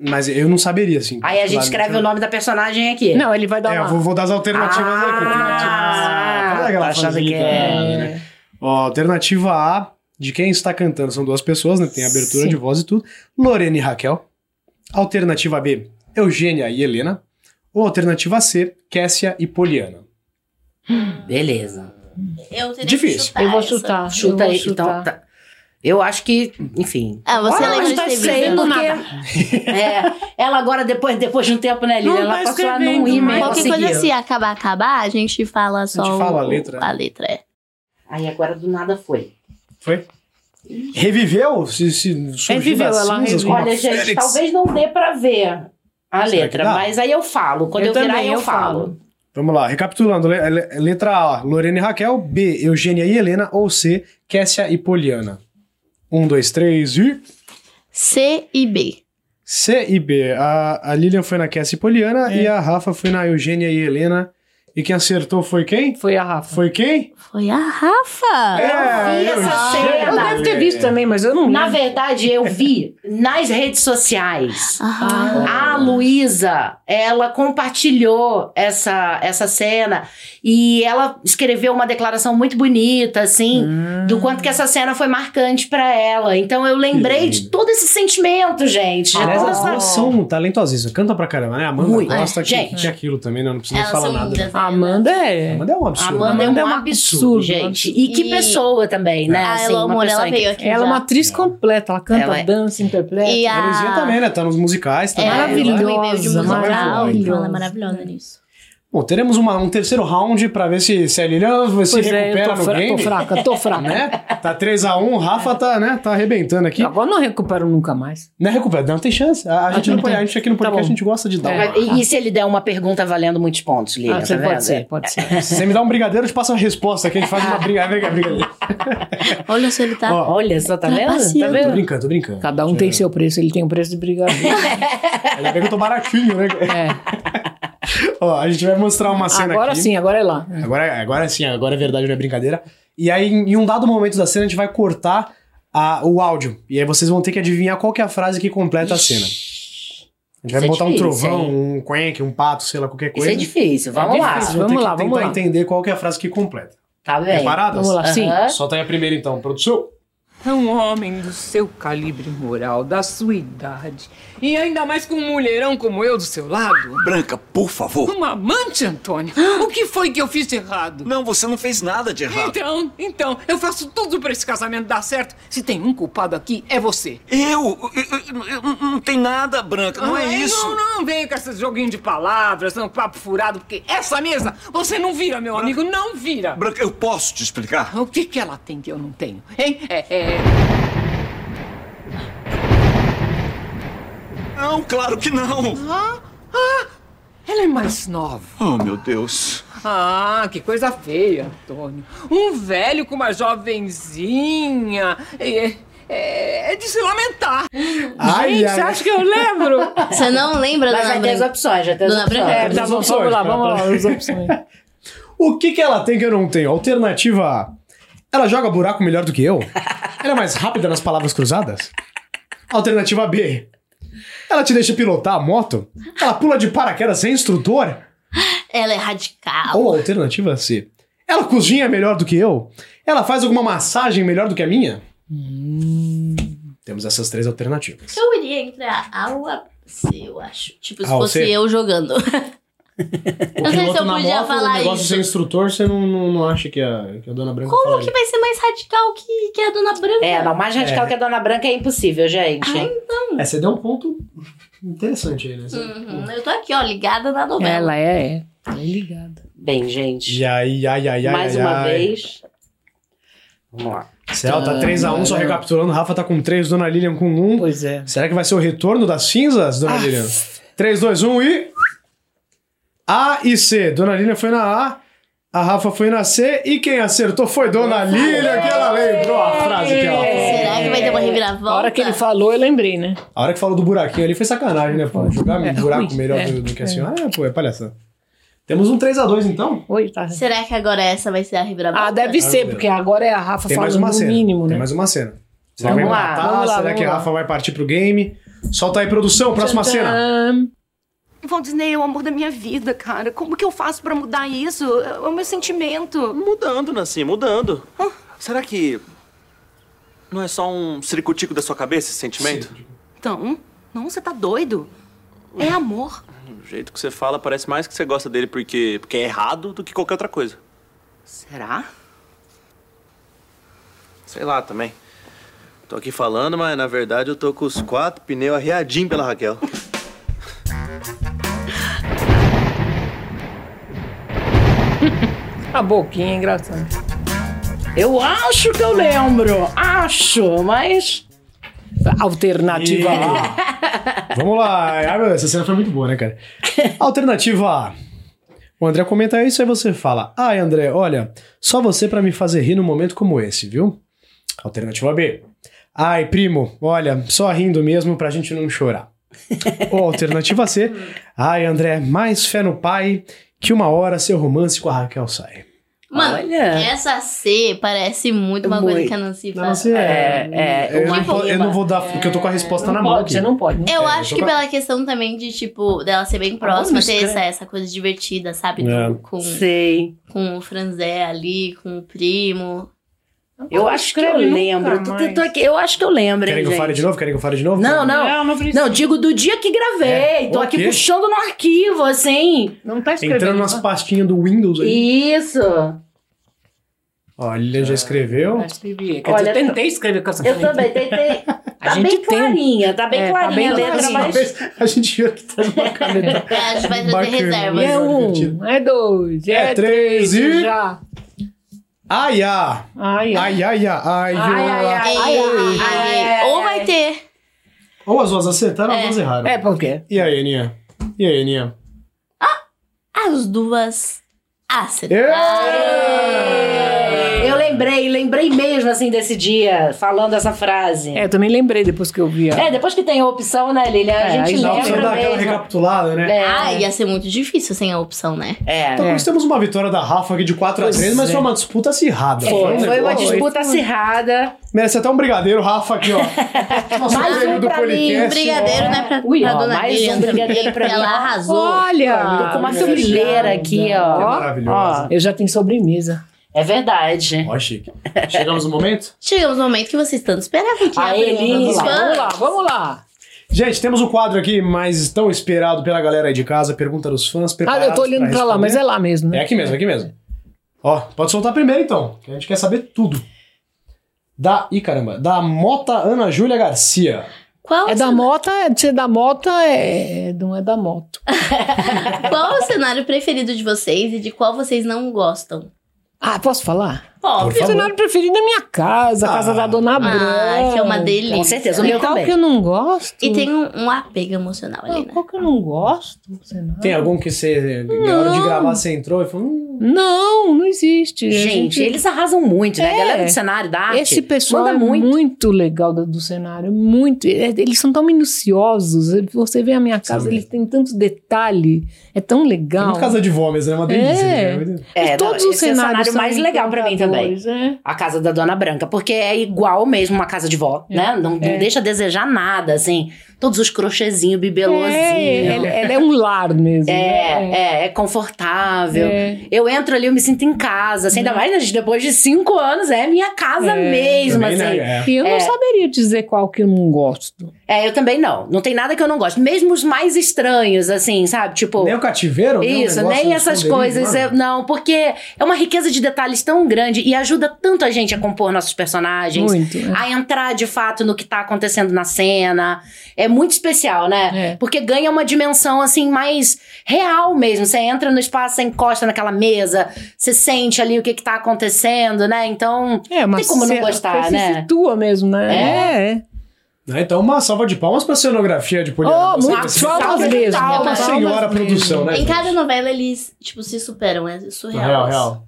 Mas eu não saberia, assim. Aí a gente escreve o nome da personagem aqui. Não, ele vai dar É, eu uma. vou, vou dar as alternativas Ah, aqui. Alternativas. Olha aquela tá achando fazenda, que é- né? Ó, alternativa A, de quem está cantando, são duas pessoas, né? Tem abertura Sim. de voz e tudo. Lorena e Raquel. Alternativa B, Eugênia e Helena. Ou alternativa C, Kessia e Poliana. Beleza. Eu teria Difícil. Que chutar É, Eu vou essa. chutar. eu Chuta vou aí. chutar. Então, tá. Eu acho que, enfim. Ah, você Olha, lembra mas de tá ter escrevendo visto? porque- É, ela agora, depois, depois de um tempo, né, Lilian? Não Ela tá passou a não escrevendo ir mais. mais. Qualquer conseguiu. coisa, assim. se acabar, acabar, a gente fala só. fala a o- letra, né? A letra, é. Aí agora do nada foi. Foi? Reviveu? Se, se surgiu Reviveu, das ela cinzas reviveu. como a Olha, gente, Fênix. talvez não dê pra ver a Será letra, que dá? mas aí eu falo. Quando eu, Eu virar, também, eu, eu falo. Vamos lá, recapitulando. le- le- Letra A, Lorena e Raquel. B, Eugênia e Helena. Ou C, Kessia e Poliana. Um, dois, três e... C e B. C e B. A, a Lilian foi na Kessia e Poliana É. e a Rafa foi na Eugênia e Helena. E quem acertou foi quem? Foi a Rafa. Foi quem? É, Foi a Rafa. vi essa Eugênia. Eu cena. devo ter visto também, mas eu não Na lembro. verdade, eu vi nas redes sociais. Ah, A Luísa, ela compartilhou essa, essa cena e ela escreveu uma declaração muito bonita, assim, Hum. do quanto que essa cena foi marcante pra ela. Então eu lembrei de todo esse sentimento, gente. de Aliás, toda as essa- duas são talentosíssimas. Canta pra caramba, né? Amanda Muito. Costa, que Gente. tinha aquilo também, né? Não precisa nem elas falar são nada. né? lindas. né? Amanda é. Amanda é um absurdo. Amanda é um Amanda é um absurdo, absurdo, gente. E que E- pessoa também, né? A Assim, Elo uma Amor, Ah, pessoa ela incrível. veio aqui. Ela é já. uma atriz completa. Ela canta, Ela é- dança, interpreta. E A Heresia a. também, né? Tá nos musicais É, também. né? Maravilhosa, Ela veio de um musical, maravilhosa. então ela é maravilhosa nisso. Bom, teremos uma- um terceiro round pra ver se, se a Lilian se Pois é, eu recupera tô, no fra- tô game. fraca, tô fraca. Né? Tá 3x1, o Rafa tá, né, tá arrebentando aqui. Agora não recupero nunca mais. Não é recupera, não tem chance. A, a gente não não pode, tem. a gente aqui no Tá podcast, a bom. gente gosta de dar É. uma. E, e se ele der uma pergunta valendo muitos pontos, Lilian? Ah, tá você vendo? pode ser, pode ser. Se você me dá um brigadeiro, eu te passo a resposta aqui, a gente faz uma briga, briga, briga. Olha se ele tá. Ó, Olha só, tá vendo? Tá Trapaceando. Tô vendo? brincando, tô brincando. É. Cada um tem seu preço, ele tem o preço de brigadeiro. Ainda bem que eu tô baratinho, né? É. Ó, a gente vai mostrar uma cena Agora aqui. sim, agora é lá. Agora, agora sim, agora é verdade, não é brincadeira. E aí, em em um dado momento da cena, a gente vai cortar a- o áudio. E aí vocês vão ter que adivinhar qual que é a frase que completa a cena. A gente vai Isso é botar um difícil, trovão, hein? um quenque, um pato, sei lá, qualquer Isso coisa. é difícil, vamos lá. Vamos, vamos lá, vamos tentar entender qual que é a frase que completa. Tá bem. Preparadas? Vamos lá, sim. Aham. Solta aí a primeira então, produção. Um homem do seu calibre moral, da sua idade, e ainda mais com um mulherão como eu do seu lado. Branca, por favor. Uma amante, Antônio? O que foi que eu fiz de errado? Não, você não fez nada de errado. Então, então, eu faço tudo pra esse casamento dar certo. Se tem um culpado aqui, é você. Eu? Eu, eu- eu- não tem nada, Branca. Não é Ai, isso. Não, não venho com esse joguinho de palavras, não, papo furado, porque essa mesa você não vira, meu amigo, não vira. Branca, eu posso te explicar? O que que ela tem que eu não tenho, hein? É, é... Não, claro que não. Ela é mais nova. Oh, meu Deus. Ah, que coisa feia, Antônio. Um velho com uma jovenzinha. É, é, é de se lamentar. Ai, Gente, ai. você acha que eu lembro? Você não lembra, Mas dona já tem as Branca? opções, já tem as Dona opções. Branca. É, tá as bom, opções, vamos lá, cara, vamos lá, pra- as opções. O que que ela tem que eu não tenho? Alternativa A. Ela joga buraco melhor do que eu? Ela é mais rápida nas palavras cruzadas? Alternativa B. Ela te deixa pilotar a moto? Ela pula de paraquedas sem instrutor? Ela é radical. Ou alternativa C. Ela cozinha melhor do que eu? Ela faz alguma massagem melhor do que a minha? Hum. Temos essas três alternativas. Eu iria entrar ao C, eu acho. Tipo, se A ou fosse C? eu jogando. O não sei se eu podia falar o negócio isso. sem instrutor, você não, não, não acha que a, que a dona Branca Como falaria? que vai ser mais radical que, que a dona Branca? É, não, mais radical É. que a Dona Branca é impossível, gente. É, você deu um ponto interessante aí, né? Você- Uhum, eu tô aqui, ó, ligada na novela. Ela é, é. Ela é ligada. Bem, gente, E aí, ai, ai, ai, mais ai, uma ai. vez. Vamos lá. Céu, tá 3x1, só recapitulando. Rafa tá com 3, Dona Lilian com 1. Pois é. Será que vai ser o retorno das cinzas, Dona Lilian? 3, 2, 1 e... A e C. Dona Lilian foi na A, a Rafa foi na C e quem acertou foi Dona Lilian, que ela lembrou a frase que ela falou. Será que vai ter uma reviravolta? A hora que ele falou, eu lembrei, né? A hora que falou do buraquinho ali foi sacanagem, né? Pô, jogar um buraco melhor do, do que a senhora, é, pô, é palhaçada. Temos um 3x2 então? Oi, tá. Será que agora essa vai ser a reviravolta? Ah, deve ser, porque agora é a Rafa Tem mais falando uma no cena. mínimo, Tem né? mais uma cena. Será Vamos que vai lá, matar? vamos lá, Será vamos que a lá. Rafa vai partir pro game? Solta aí, produção, próxima cena. Tcharam. Waldinei é o amor da minha vida, cara. Como que eu faço pra mudar isso? É o meu sentimento. Mudando, Nancy, mudando. Será que. Não é só um ciricutico da sua cabeça esse sentimento? Então, não, você tá doido. É amor. O jeito que você fala parece mais que você gosta dele porque, porque é errado do que qualquer outra coisa. Será? Sei lá também. Tô aqui falando, mas na verdade eu tô com os quatro pneus arreadinho pela Raquel. A boquinha é engraçada. Eu acho que eu lembro. Acho, mas. Alternativa E- lá. Vamos lá. Ai, meu, Essa cena foi muito boa, né, cara? Alternativa A. O André comenta isso, aí você fala: Ai, André, olha, só você pra me fazer rir num momento como esse, viu? Alternativa B. Ai, primo, olha, só rindo mesmo pra gente não chorar. Ou alternativa C. Ai, André, mais fé no pai que uma hora seu romance com a Raquel sai. Mano, Ah. é Olha. essa C parece muito uma coisa Muito. que a Nancy Não, faz. você é. É, é, eu, uma não, po- eu rima. não vou dar, porque eu tô com a resposta na Não mão. pode, Aqui. você não pode. né? Eu É, acho eu que tô- pela questão também de, tipo, dela ser bem próxima, vamos ter essa, escrever. essa coisa divertida, sabe? É. Do- Com, Sei. com o Franzé ali, com o primo. Eu acho que eu escrever nunca lembro. Eu, tô, mais. tô aqui. eu acho que eu lembro, Querem hein, que eu fale gente. de novo? Querem que eu fale de novo? Não, não. Não, não precisa. Não, digo do dia que gravei. É, Tô o aqui quê? puxando no arquivo, assim. Não tá escrevendo. Entrando nas pastinhas do Windows aí. Isso. Ó, Lilian já escreveu. Eu escrevi. Quer Olha, dizer, eu eu- tentei escrever com essa Eu caneta. também tentei. A Tá gente bem tem. clarinha, tá bem É, tá bem clarinha a letra, clarinha. mas... Mas Assim, a gente jura que tá uma caneta. É, a gente vai trazer Bacana. reservas. É divertido. um, é dois, é, É três e- já. Ai, ah. Ai, ai. ai, ai, ai, ai, Ai, ai, ai. ai. Ei, ei, ei. Ou vai ter. Ou as duas acertaram, ou as duas erraram. É por quê? E aí, Aninha? E aí, Aninha? As duas acertaram. É! Eu lembrei, lembrei mesmo assim desse dia, falando essa frase. É, eu também lembrei depois que eu vi. a- É, depois que tem a opção, né, Lilia? A É, gente aí dá a opção lembra. dar aquela mesmo. recapitulada, né? É. Ah, ia ser muito difícil sem a opção, né? É. Então, nós temos uma vitória da Rafa aqui de 4x3, mas foi uma disputa acirrada. Foi, um foi uma negócio- disputa acirrada. Merece até um brigadeiro, Rafa, aqui, ó. Nosso Mais um prêmio pra mim, É, Um brigadeiro, né, pra, Ui, pra ó, dona mais Lilian. um brigadeiro pra Ela mim. arrasou. Olha! Tô com uma Olha, fileira aqui, Que ó. maravilhosa. Eu já tenho sobremesa. É verdade. Ó, chique. Chegamos no momento? Chegamos no momento que vocês tanto esperavam Ah, que ia Aê, abrir o mundo Lilian. dos fãs. Vamos lá, vamos lá. Gente, temos um quadro aqui, mas tão esperado pela galera aí de casa. Pergunta dos fãs, Ah, preparados eu tô olhando pra lá, responder? mas é lá mesmo, É né? aqui mesmo, é aqui mesmo. Ó, pode soltar primeiro então, que a gente quer saber tudo. Da. Ih, caramba. Da Mota Ana Júlia Garcia. Qual, É o da cen- mota, é de ser da mota, é. Não é da moto. qual é o cenário preferido de vocês e de qual vocês não gostam? Ah, posso falar? Ó, Por Meu favor. cenário preferido é minha casa, a casa Ah. da dona Branca. ah, que é uma delícia. Com certeza, o E meu qual também. que eu não gosto? E tem um, um apego emocional ali, Ah, né? Qual que eu não gosto? Cenário? Tem algum que você. Na hora de gravar, você entrou e falou. Hum, Não, não existe. A Gente, eles arrasam muito, né? A É. galera do cenário, da arte. Esse pessoal manda é muito. muito. legal do, do cenário, muito. É- Eles são tão minuciosos. Você vê a minha Sim. casa, eles têm tanto detalhe. É tão é legal. uma casa de vômito, né? Uma delícia. É. né? É, não, Todos os esse é o cenários cenário são mais legal pra mim também. encantadores, é. A casa da Dona Branca, porque é igual mesmo uma casa de vó, né? Não, não É. deixa a desejar nada, assim. Todos os crochêzinhos, bibelôzinhos. É, É, ela, ela é um lar mesmo. né? é, é confortável. É. Uhum. Eu entro ali, eu me sinto em casa. Assim, ainda mais né, gente, depois de cinco anos, é minha casa É. mesmo, Também, assim. né? É. E eu não É. saberia dizer qual que eu não gosto. É, eu também não. Não tem nada que eu não gosto. Mesmo os mais estranhos, assim, sabe? Tipo. Nem o cativeiro? né? Um Isso, negócio nem de essas esconderijo, coisas. né? é- não, porque é uma riqueza de detalhes tão grande e ajuda tanto a gente a compor nossos personagens, Muito. é. a entrar de fato no que tá acontecendo na cena. É muito especial, né? É. Porque ganha uma dimensão, assim, mais real mesmo. Você entra no espaço, você encosta naquela mesa, você sente ali o que, que tá acontecendo, né? Então. É, mas como não você- gostar, você né? se situa mesmo, né? É. é. Né, Então, uma salva de palmas pra cenografia de Poliana. Oh, Você- muito você- palmas você- mesmo. É uma palmas senhora mesmo. produção, né? Em gente? cada novela eles, tipo, se superam, é surreal. Real, isso. real.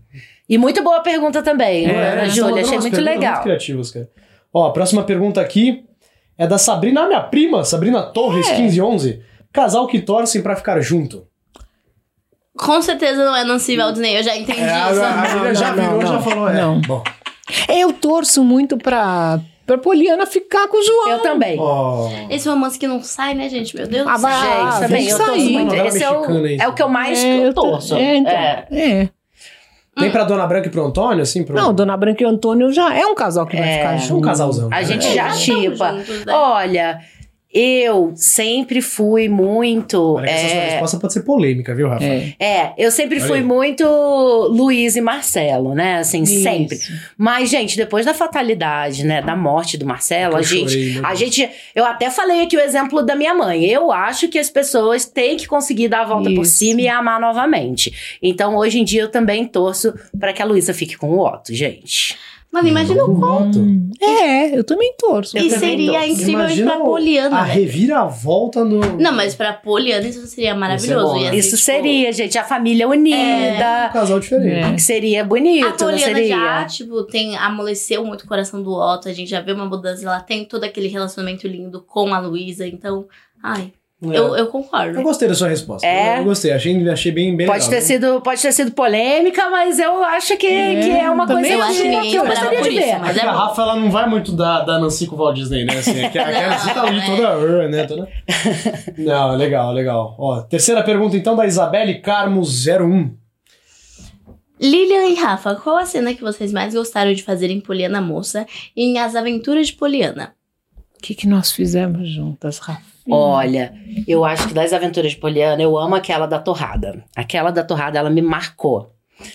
E muito boa pergunta também, Ana eles É, Júlia. mandam Achei umas muito perguntas legal. criativas, cara. Ó, a próxima pergunta aqui é da Sabrina, ah, minha prima, Sabrina Torres, É. 1511. Casal que torcem pra ficar junto. Com certeza não é Nancy Valdinei, eu já É, entendi isso. Lívia já não, virou, não, já falou, é. não. Bom, Eu torço muito pra, pra Poliana ficar com o João. Eu também. ó, Esse romance que não sai, né, gente? Meu Deus Ah, do céu. Gente, vai- vem também, eu torço sair. muito. Novela Esse é o, mexicana, isso. é o que eu mais É, eu tô- torço. É, então. É. é. Tem pra Dona Branca e pro Antônio, assim? Pro... Não, Dona Branca e o Antônio já é um casal que vai É. ficar É um junto. casalzão. A cara. gente É, já já tamo chipa. juntos, né? Olha, eu sempre fui muito. Olha que essa sua é, resposta pode ser polêmica, viu, Rafa? É. é, eu sempre Olha fui aí. muito Luiz e Marcelo, né? Assim, sempre. Isso. Mas, gente, depois da fatalidade, né? Da morte do Marcelo, Eu a gente. chorei, né? meu A Deus. gente. Eu até falei aqui o exemplo da minha mãe. Eu acho que as pessoas têm que conseguir dar a volta por Isso. cima e amar novamente. Então, hoje em dia, eu também torço pra que a Luísa fique com o Otto, gente. Mano, imagina o quanto. Hum, É, eu também torço. E também seria gosto. incrível isso Imagina pra o- A Poliana. né? reviravolta no... Não, mas pra Poliana isso seria maravilhoso. bom, ia né? ser, Isso tipo, seria, gente, a família unida. Um casal diferente. É. Que seria bonito, A Poliana não seria? já, tipo, tem, amoleceu muito o coração do Otto. A gente já vê uma mudança. Ela tem todo aquele relacionamento lindo com a Luísa. Então, ai, É. eu, eu Eu concordo. gostei da sua resposta. É. Eu gostei, achei, achei bem, bem Pode legal, ter, né? sido, pode ter sido polêmica, mas eu acho que é, que é uma coisa também eu acho que ninguém eu esperava gostaria por de ver. isso, mas Aqui é a bom. Rafa, ela não vai muito da, da Nancy com o Walt Disney, né? Assim, aqui, aqui a Nancy tá ali toda... Né? toda... Não, legal, legal. Ó, terceira pergunta, então, da Isabelle Carmo 01. Lilian e Rafa, qual a cena que vocês mais gostaram de fazer em Poliana Moça e em As Aventuras de Poliana? O que, que nós fizemos juntas, Rafa? Olha, eu acho que das aventuras de Poliana, eu amo aquela da torrada. Aquela da torrada, ela me marcou.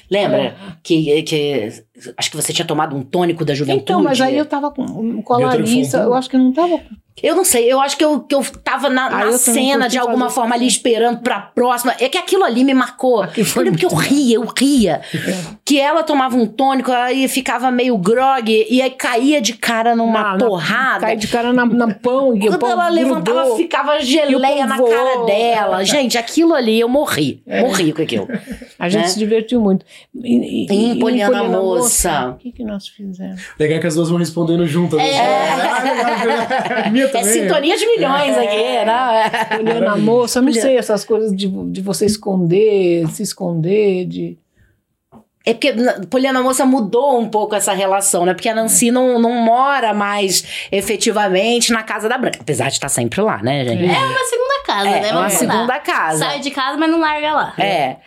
Lembra? Que, que acho que você tinha tomado um tônico da juventude. Então, mas Então, aí eu tava com, com a Deu Larissa, telefone. eu acho que eu não tava Eu não sei, eu acho que eu, que eu tava na, Ah, na eu também cena curti de alguma fazer forma ali esperando pra próxima. É que aquilo ali me marcou. eu lembro que eu ria, eu ria. que ela tomava um tônico, aí ficava meio grog e aí caía de cara numa porrada. Cai de cara na, na pão e o Quando pão ela levantava, grudou. ficava E geleia o na pão cara voou. dela. Gente, aquilo ali eu morri. É. Morri com aquilo. A gente né? se divertiu muito. E, e- Em e- Poliana Poliana Moça. O que, que nós fizemos? Legal que as duas vão respondendo juntas. Tipo, É. né? Minha É também. sintonia de milhões aqui, né? Poliana Moça, eu não sei essas coisas de, de você esconder, se esconder, de... É porque na- Poliana Moça mudou um pouco essa relação, né? Porque a Nancy não, não mora mais efetivamente na casa da Branca. Apesar de estar sempre lá, né, gente? É uma segunda casa, É, né? é uma Vamos combinar. segunda casa. Sai de casa, mas não larga lá. É.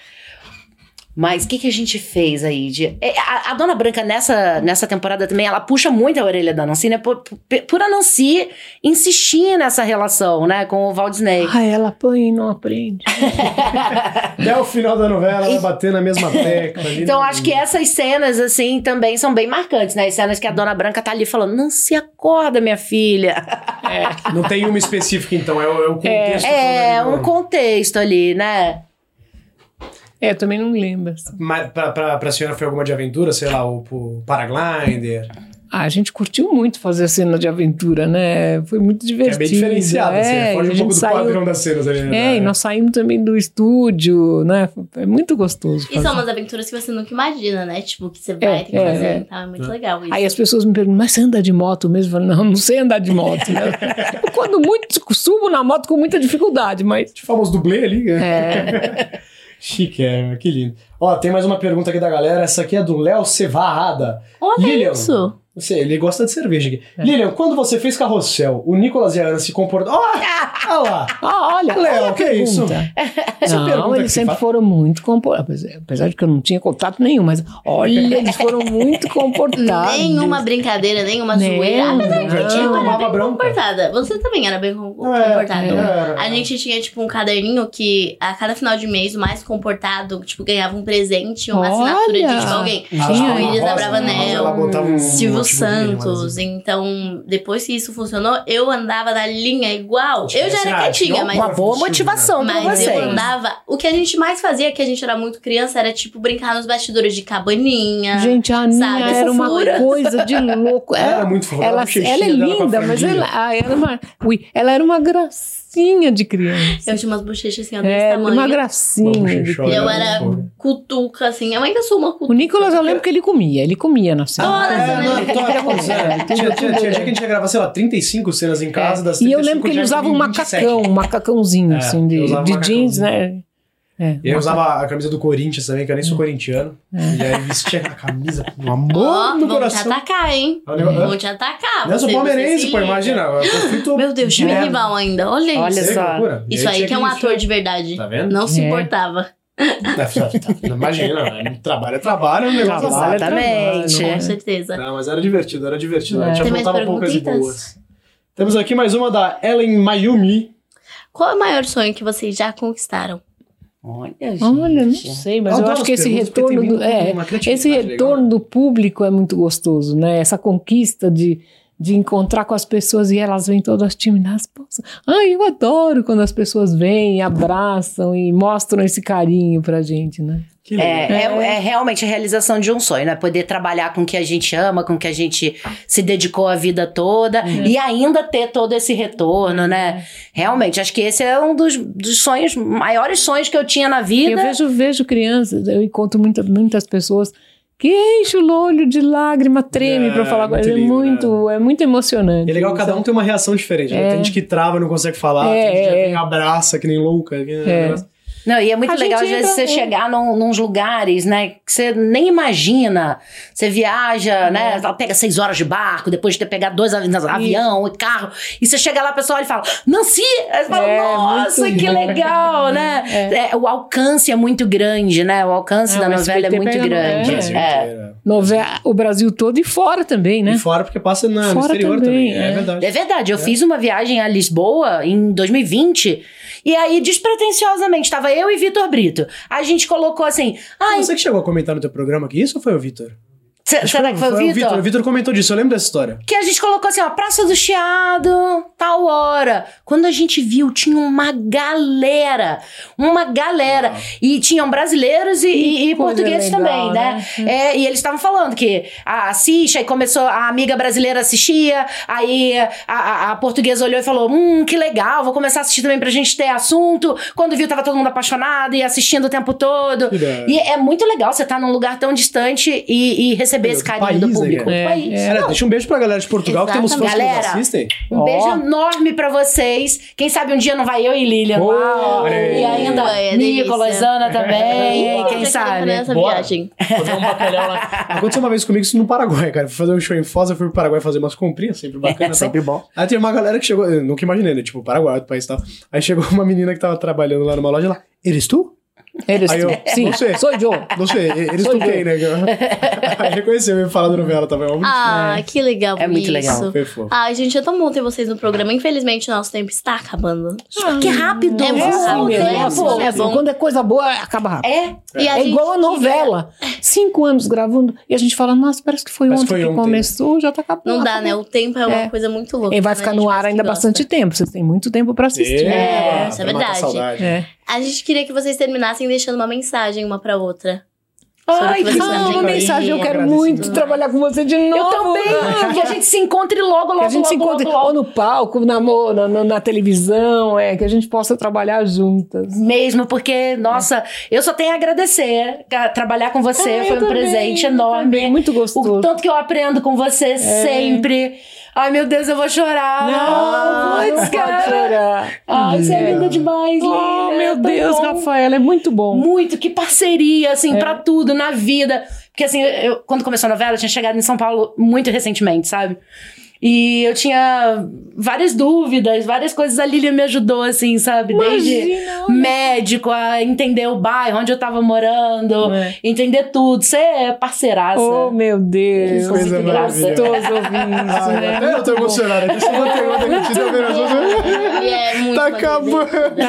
Mas o que, que a gente fez aí? de- é, a, a Dona Branca, nessa, nessa temporada também, ela puxa muito a orelha da Nancy, né? Por, por- por a Nancy insistir nessa relação, né? Com o Waldinei. Ah, ela apanha e não aprende. Até o final da novela, ela vai bater na mesma tecla. ali, Então, né? acho que essas cenas, assim, também são bem marcantes, né? As cenas que a Dona Branca tá ali falando, Nancy, acorda, minha filha. Não tem uma específica, então. É o, é o contexto. né? É, um contexto ali, né? É, eu também não lembro. assim. Mas pra, pra, pra senhora foi alguma de aventura? Sei lá, o, o Paraglider? é Ah, a gente curtiu muito fazer a cena de aventura, né? Foi muito Que é divertido. bem diferenciado, assim. é, Foge a um gente pouco do saiu- padrão das cenas. ali, né? É, e nós saímos também do estúdio, né? É muito gostoso. E fazer. são umas aventuras que você nunca imagina, né? Tipo, que você vai, É, tem que é, fazer. é. Então é muito legal isso. Aí as pessoas me perguntam, mas você anda de moto mesmo? Eu falo, não, não sei andar de moto. né? Eu, Quando muito, subo na moto com muita dificuldade, mas. O Tipo, famoso dublê ali. né? É. Chique, é, que lindo. Ó, tem mais uma pergunta aqui da galera. Essa aqui é do Léo Cevarrada. Olha Lilian, isso! Você, ele gosta de cerveja aqui. É. Lilian, quando você fez carrossel, o Nicolas e a Ana se comportaram. Ó! Olha lá! Ah, olha, Léo, olha a que é pergunta. isso? Essa é pergunta Não, que eles você sempre faz. foram muito comportados. Apesar de que eu não tinha contato nenhum, mas olha, eles foram muito comportados. Nenhuma brincadeira, nenhuma Nenhum, zoeira. Apesar que eu tinha não. eu era Papa bem branca. comportada. Você também era bem com- É, comportada. é. A gente tinha, tipo, um caderninho que a cada final de mês, o mais comportado, tipo, ganhava um presente, uma assinatura de tipo, Olha! alguém. Ah, tipo, um Iris Rosa, da Rosa, Rosa, ela Bravanel, botava um Silvio ótimo vinho, Santos. Então, depois que isso funcionou, eu andava na linha igual. Eu já era Ah, tinha quietinha, um mas Uma boa motivação pra mas eu vocês. andava. O que a gente mais fazia, que a gente era muito criança, era tipo brincar nos bastidores de cabaninha. Gente, a Aninha Sabe, era uma fofura. coisa de louco. É, Ela era muito fofa, ela, o xixi ela é dela pra linda, mas franjinha. ela, ah, ela, era uma, ui, ela era uma gracinha de criança. Eu tinha umas bochechas assim, ó, desse É, tamanho. uma gracinha. de né? bochechosa. criança. Eu era cutuca, assim. Eu ainda sou uma O cutuca. Nicolas, eu lembro que ele comia. Ele comia na cena. Todas É, as não, tô- tô É, pensando. Tinha tinha- tinha dia que a gente ia gravar, sei lá, 35 cenas em casa das É. e eu 35 lembro que ele já usava tinha um 27. macacão, um macacãozinho, É, assim, de, eu usava de macacãozinho. jeans, né? É, Eu usava a camisa do Corinthians também, que eu nem sou corintiano. E aí vestia a camisa com um amor Ó, no vão te coração. atacar, hein? É um negócio- Vão te atacar. Não, eu sou você- você palmeirense, se pô, liga. imagina. Eu fui todo- Meu Deus, time Merda. rival ainda. Olha isso. Olha Você vê que só. loucura? E Isso aí que é um tinha ator de verdade. Tá vendo? Tá, Não se É. importava. Imagina, trabalho é trabalho, é um negócio Trabalho assim. é Exatamente. Com certeza. Não, mas era divertido, era divertido. A É. gente Tem mais apontava poucas perguntas? boas. Temos aqui mais uma da Ellen Mayumi. Qual é o maior sonho que vocês já conquistaram? Olha, Olha, não gente. sei, mas eu adoro acho que as esse perguntas, porque retorno tem vindo do, é, uma criatividade esse legal, retorno né? do público é muito gostoso, né? Essa conquista de, de encontrar com as pessoas e elas vêm todas tímidas. Poxa, ai, eu adoro quando as pessoas vêm, abraçam e mostram esse carinho pra gente, né? Que legal. É, é- é realmente a realização de um sonho, né? Poder trabalhar com o que a gente ama, com o que a gente se dedicou a vida toda e ainda ter todo esse retorno, né? Realmente, acho que esse é um dos, dos sonhos, maiores sonhos que eu tinha na Eu vida. vejo, vejo crianças, eu encontro muita, muitas pessoas que enchem o olho de lágrima, treme É, pra falar. muito É, lindo, muito, é muito emocionante. E é legal, cada um tem uma reação diferente. né? É. Tem gente que trava, não consegue falar. É, tem gente que é. já abraça, que nem louca. que nem- um É. Não, e é muito A legal, às gente vezes, entra você no- chegar num, nos lugares, né, que você nem imagina. Você viaja, né, pega seis horas de barco, depois de ter pegado dois avi- avião e carro, e você chega lá, a pessoa olha e fala, Nancy! Aí você fala, É, nossa, muito que bom." legal, né? É, o alcance é muito grande, né? O alcance É, da o novela é SBT muito pega no- grande. Brasil É. inteiro. Novela, o Brasil todo e fora também, né? E fora, porque passa na, no Fora exterior também. também, É, é. verdade. É verdade, eu fiz uma viagem a Lisboa em 2020 e aí despretensiosamente tava eu e Vitor Brito. A gente colocou assim: "Ai, Você que chegou a comentar no teu programa que isso ou foi o Vitor? Se- Será É, que foi o Vitor? O Vitor comentou disso, eu lembro dessa história. Que a gente colocou assim, ó, Praça do Chiado, tal hora. Quando a gente viu, tinha uma galera. Uma galera. E tinham brasileiros e, e- e coisa portugueses legal, também, né? É, e eles estavam falando que ah, assiste, aí começou, a amiga brasileira assistia, aí a, a- a portuguesa olhou e falou: hum, que legal, vou começar a assistir também pra gente ter assunto. Quando viu, tava todo mundo apaixonado e assistindo o tempo todo. Que irado. E é muito legal você estar num lugar tão distante e, e receber esse carinho do público. né, Do cara? país. É. Cara, deixa um beijo pra galera de Portugal, que temos fãs que nos Galera, assistem. Um Ó. beijo enorme pra vocês. Quem sabe um dia não vai eu e Lilian lá. ó. olha aí. E ainda Vai, é Nicolas, delícia. Ana também. Boa. Já Quem quero sabe? fazer essa Bora. viagem. Aconteceu uma vez comigo isso no Paraguai, cara. Fui fazer um show em Foz, eu fui pro Paraguai fazer umas comprinhas, sempre bacana. e É Sempre tal. Aí tem uma galera que chegou, eu nunca imaginei, né? Tipo, Paraguai, outro país e tal. Aí chegou uma menina que tava trabalhando lá numa loja lá. Eles tu? Eles Aí eu, tu. Sim, não sei. sou eu. Não sei, e- eles tu Sou quem, eu. né? Aí reconheceu, eu ia falar da novela, tava óbvio. Ah, que legal É muito isso. legal. Foi fofo. Ai, gente, é tão bom ter vocês no programa. Infelizmente, nosso tempo está acabando. Que Então, rápido. É muito Nossa, bom, meu, né? nossa, É bom. Quando é coisa boa, acaba rápido. É? E a É gente igual a queria- novela. Cinco anos gravando e a gente fala, nossa, parece que foi Parece ontem que foi que ontem. começou, já tá acabando. Não dá, né? O tempo é uma É. coisa muito louca. E vai né? ficar A no gente ar faz ainda que gosta. bastante tempo. Vocês têm muito tempo pra É, assistir. Eba, isso é pra matar a verdade. saudade. É. A gente queria que vocês terminassem deixando uma mensagem uma pra outra. Ai, que que vocês ah, fazem uma com mensagem. Eu carinho, quero agradecimento. muito trabalhar com você de novo. Eu também. Que a gente se encontre logo, logo, Que a gente logo, se encontre logo, logo. ou no palco, na, mo- na, na- na televisão, é, que a gente possa trabalhar juntas. Mesmo, porque, nossa, eu só tenho a agradecer. ca- Trabalhar com você Ah, eu foi um também, presente eu enorme. também, muito gostoso. É. O tanto que eu aprendo com você sempre. Ai, meu Deus, eu vou chorar. Ah, Putz, não pode cara. chorar. Ai, você é linda demais, Oh, Lilian, meu tão Deus, bom. Rafaela, é muito bom. É. Muito, que parceria, assim, pra tudo, na vida. Porque, assim, eu, quando começou a novela, eu tinha chegado em São Paulo muito recentemente, sabe? E eu tinha várias dúvidas, várias coisas. A Lilian me ajudou, assim, sabe? Desde Imagina, olha. médico, a entender o bairro, onde eu tava morando, É. entender tudo. Você é parceiraça. Oh, meu Deus. Que coisa que maravilhosa. gostoso ouvir isso, Ai, né? até eu tô emocionado. Essa conteúdo que te deu E é muito Tá maneiro. acabando. Tá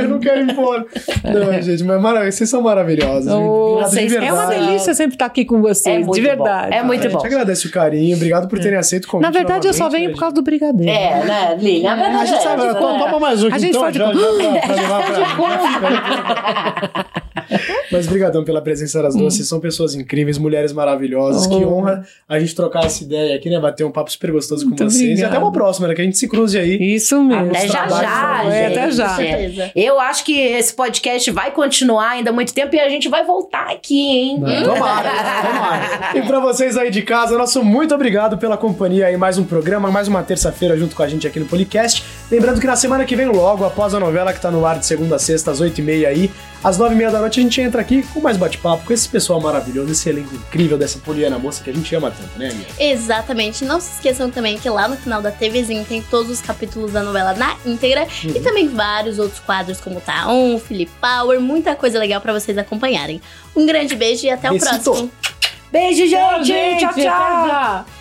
Eu não quero ir embora. Não, gente, mas maravilha. Vocês são maravilhosos. gente. Oh, Obrigado de vocês- É uma verdade. delícia sempre estar aqui com É vocês, muito de bom. verdade. É muito A gente bom. agradece o carinho, obrigado por terem aceito o convite. É. Na verdade, eu só novamente, venho né, por causa do brigadeiro. É, né, Lilian? gente? A gente sabe, verdade, toma, né? toma mais um A aqui, gente então, pode- já, já pra, pra levar pra- Mas brigadão pela presença das Hum. duas, vocês são pessoas incríveis, mulheres maravilhosas, que Oh. honra a gente trocar essa ideia aqui, né, bater um papo super gostoso com Muito vocês e obrigado. até uma próxima, né, que a gente se cruze aí. Isso mesmo. Até Os já trabalhos já, são- gente. é, até já. Com Ah, certeza. Eu acho que esse podcast vai continuar ainda há muito tempo e a gente vai voltar aqui, hein? Tomara, tomara. E pra vocês aí de casa, nosso muito obrigado pela companhia em mais um programa, mais uma terça-feira junto com a gente aqui no podcast. Lembrando que na semana que vem, logo após a novela que tá no ar de segunda a sexta, às 8h30 aí, às 9h30 da noite, a gente entra aqui com mais bate-papo com esse pessoal maravilhoso, esse elenco incrível dessa Poliana Moça que a gente ama tanto, né, amiga? Exatamente. Não se esqueçam também que lá no final da TVzinha tem todos os capítulos da novela na íntegra Uhum. e também vários outros quadros como Taon, Philip Power, muita coisa legal pra vocês acompanharem. Um grande beijo e até o Beijo, próximo. Beijo, gente. Gente, tchau, até tchau. já.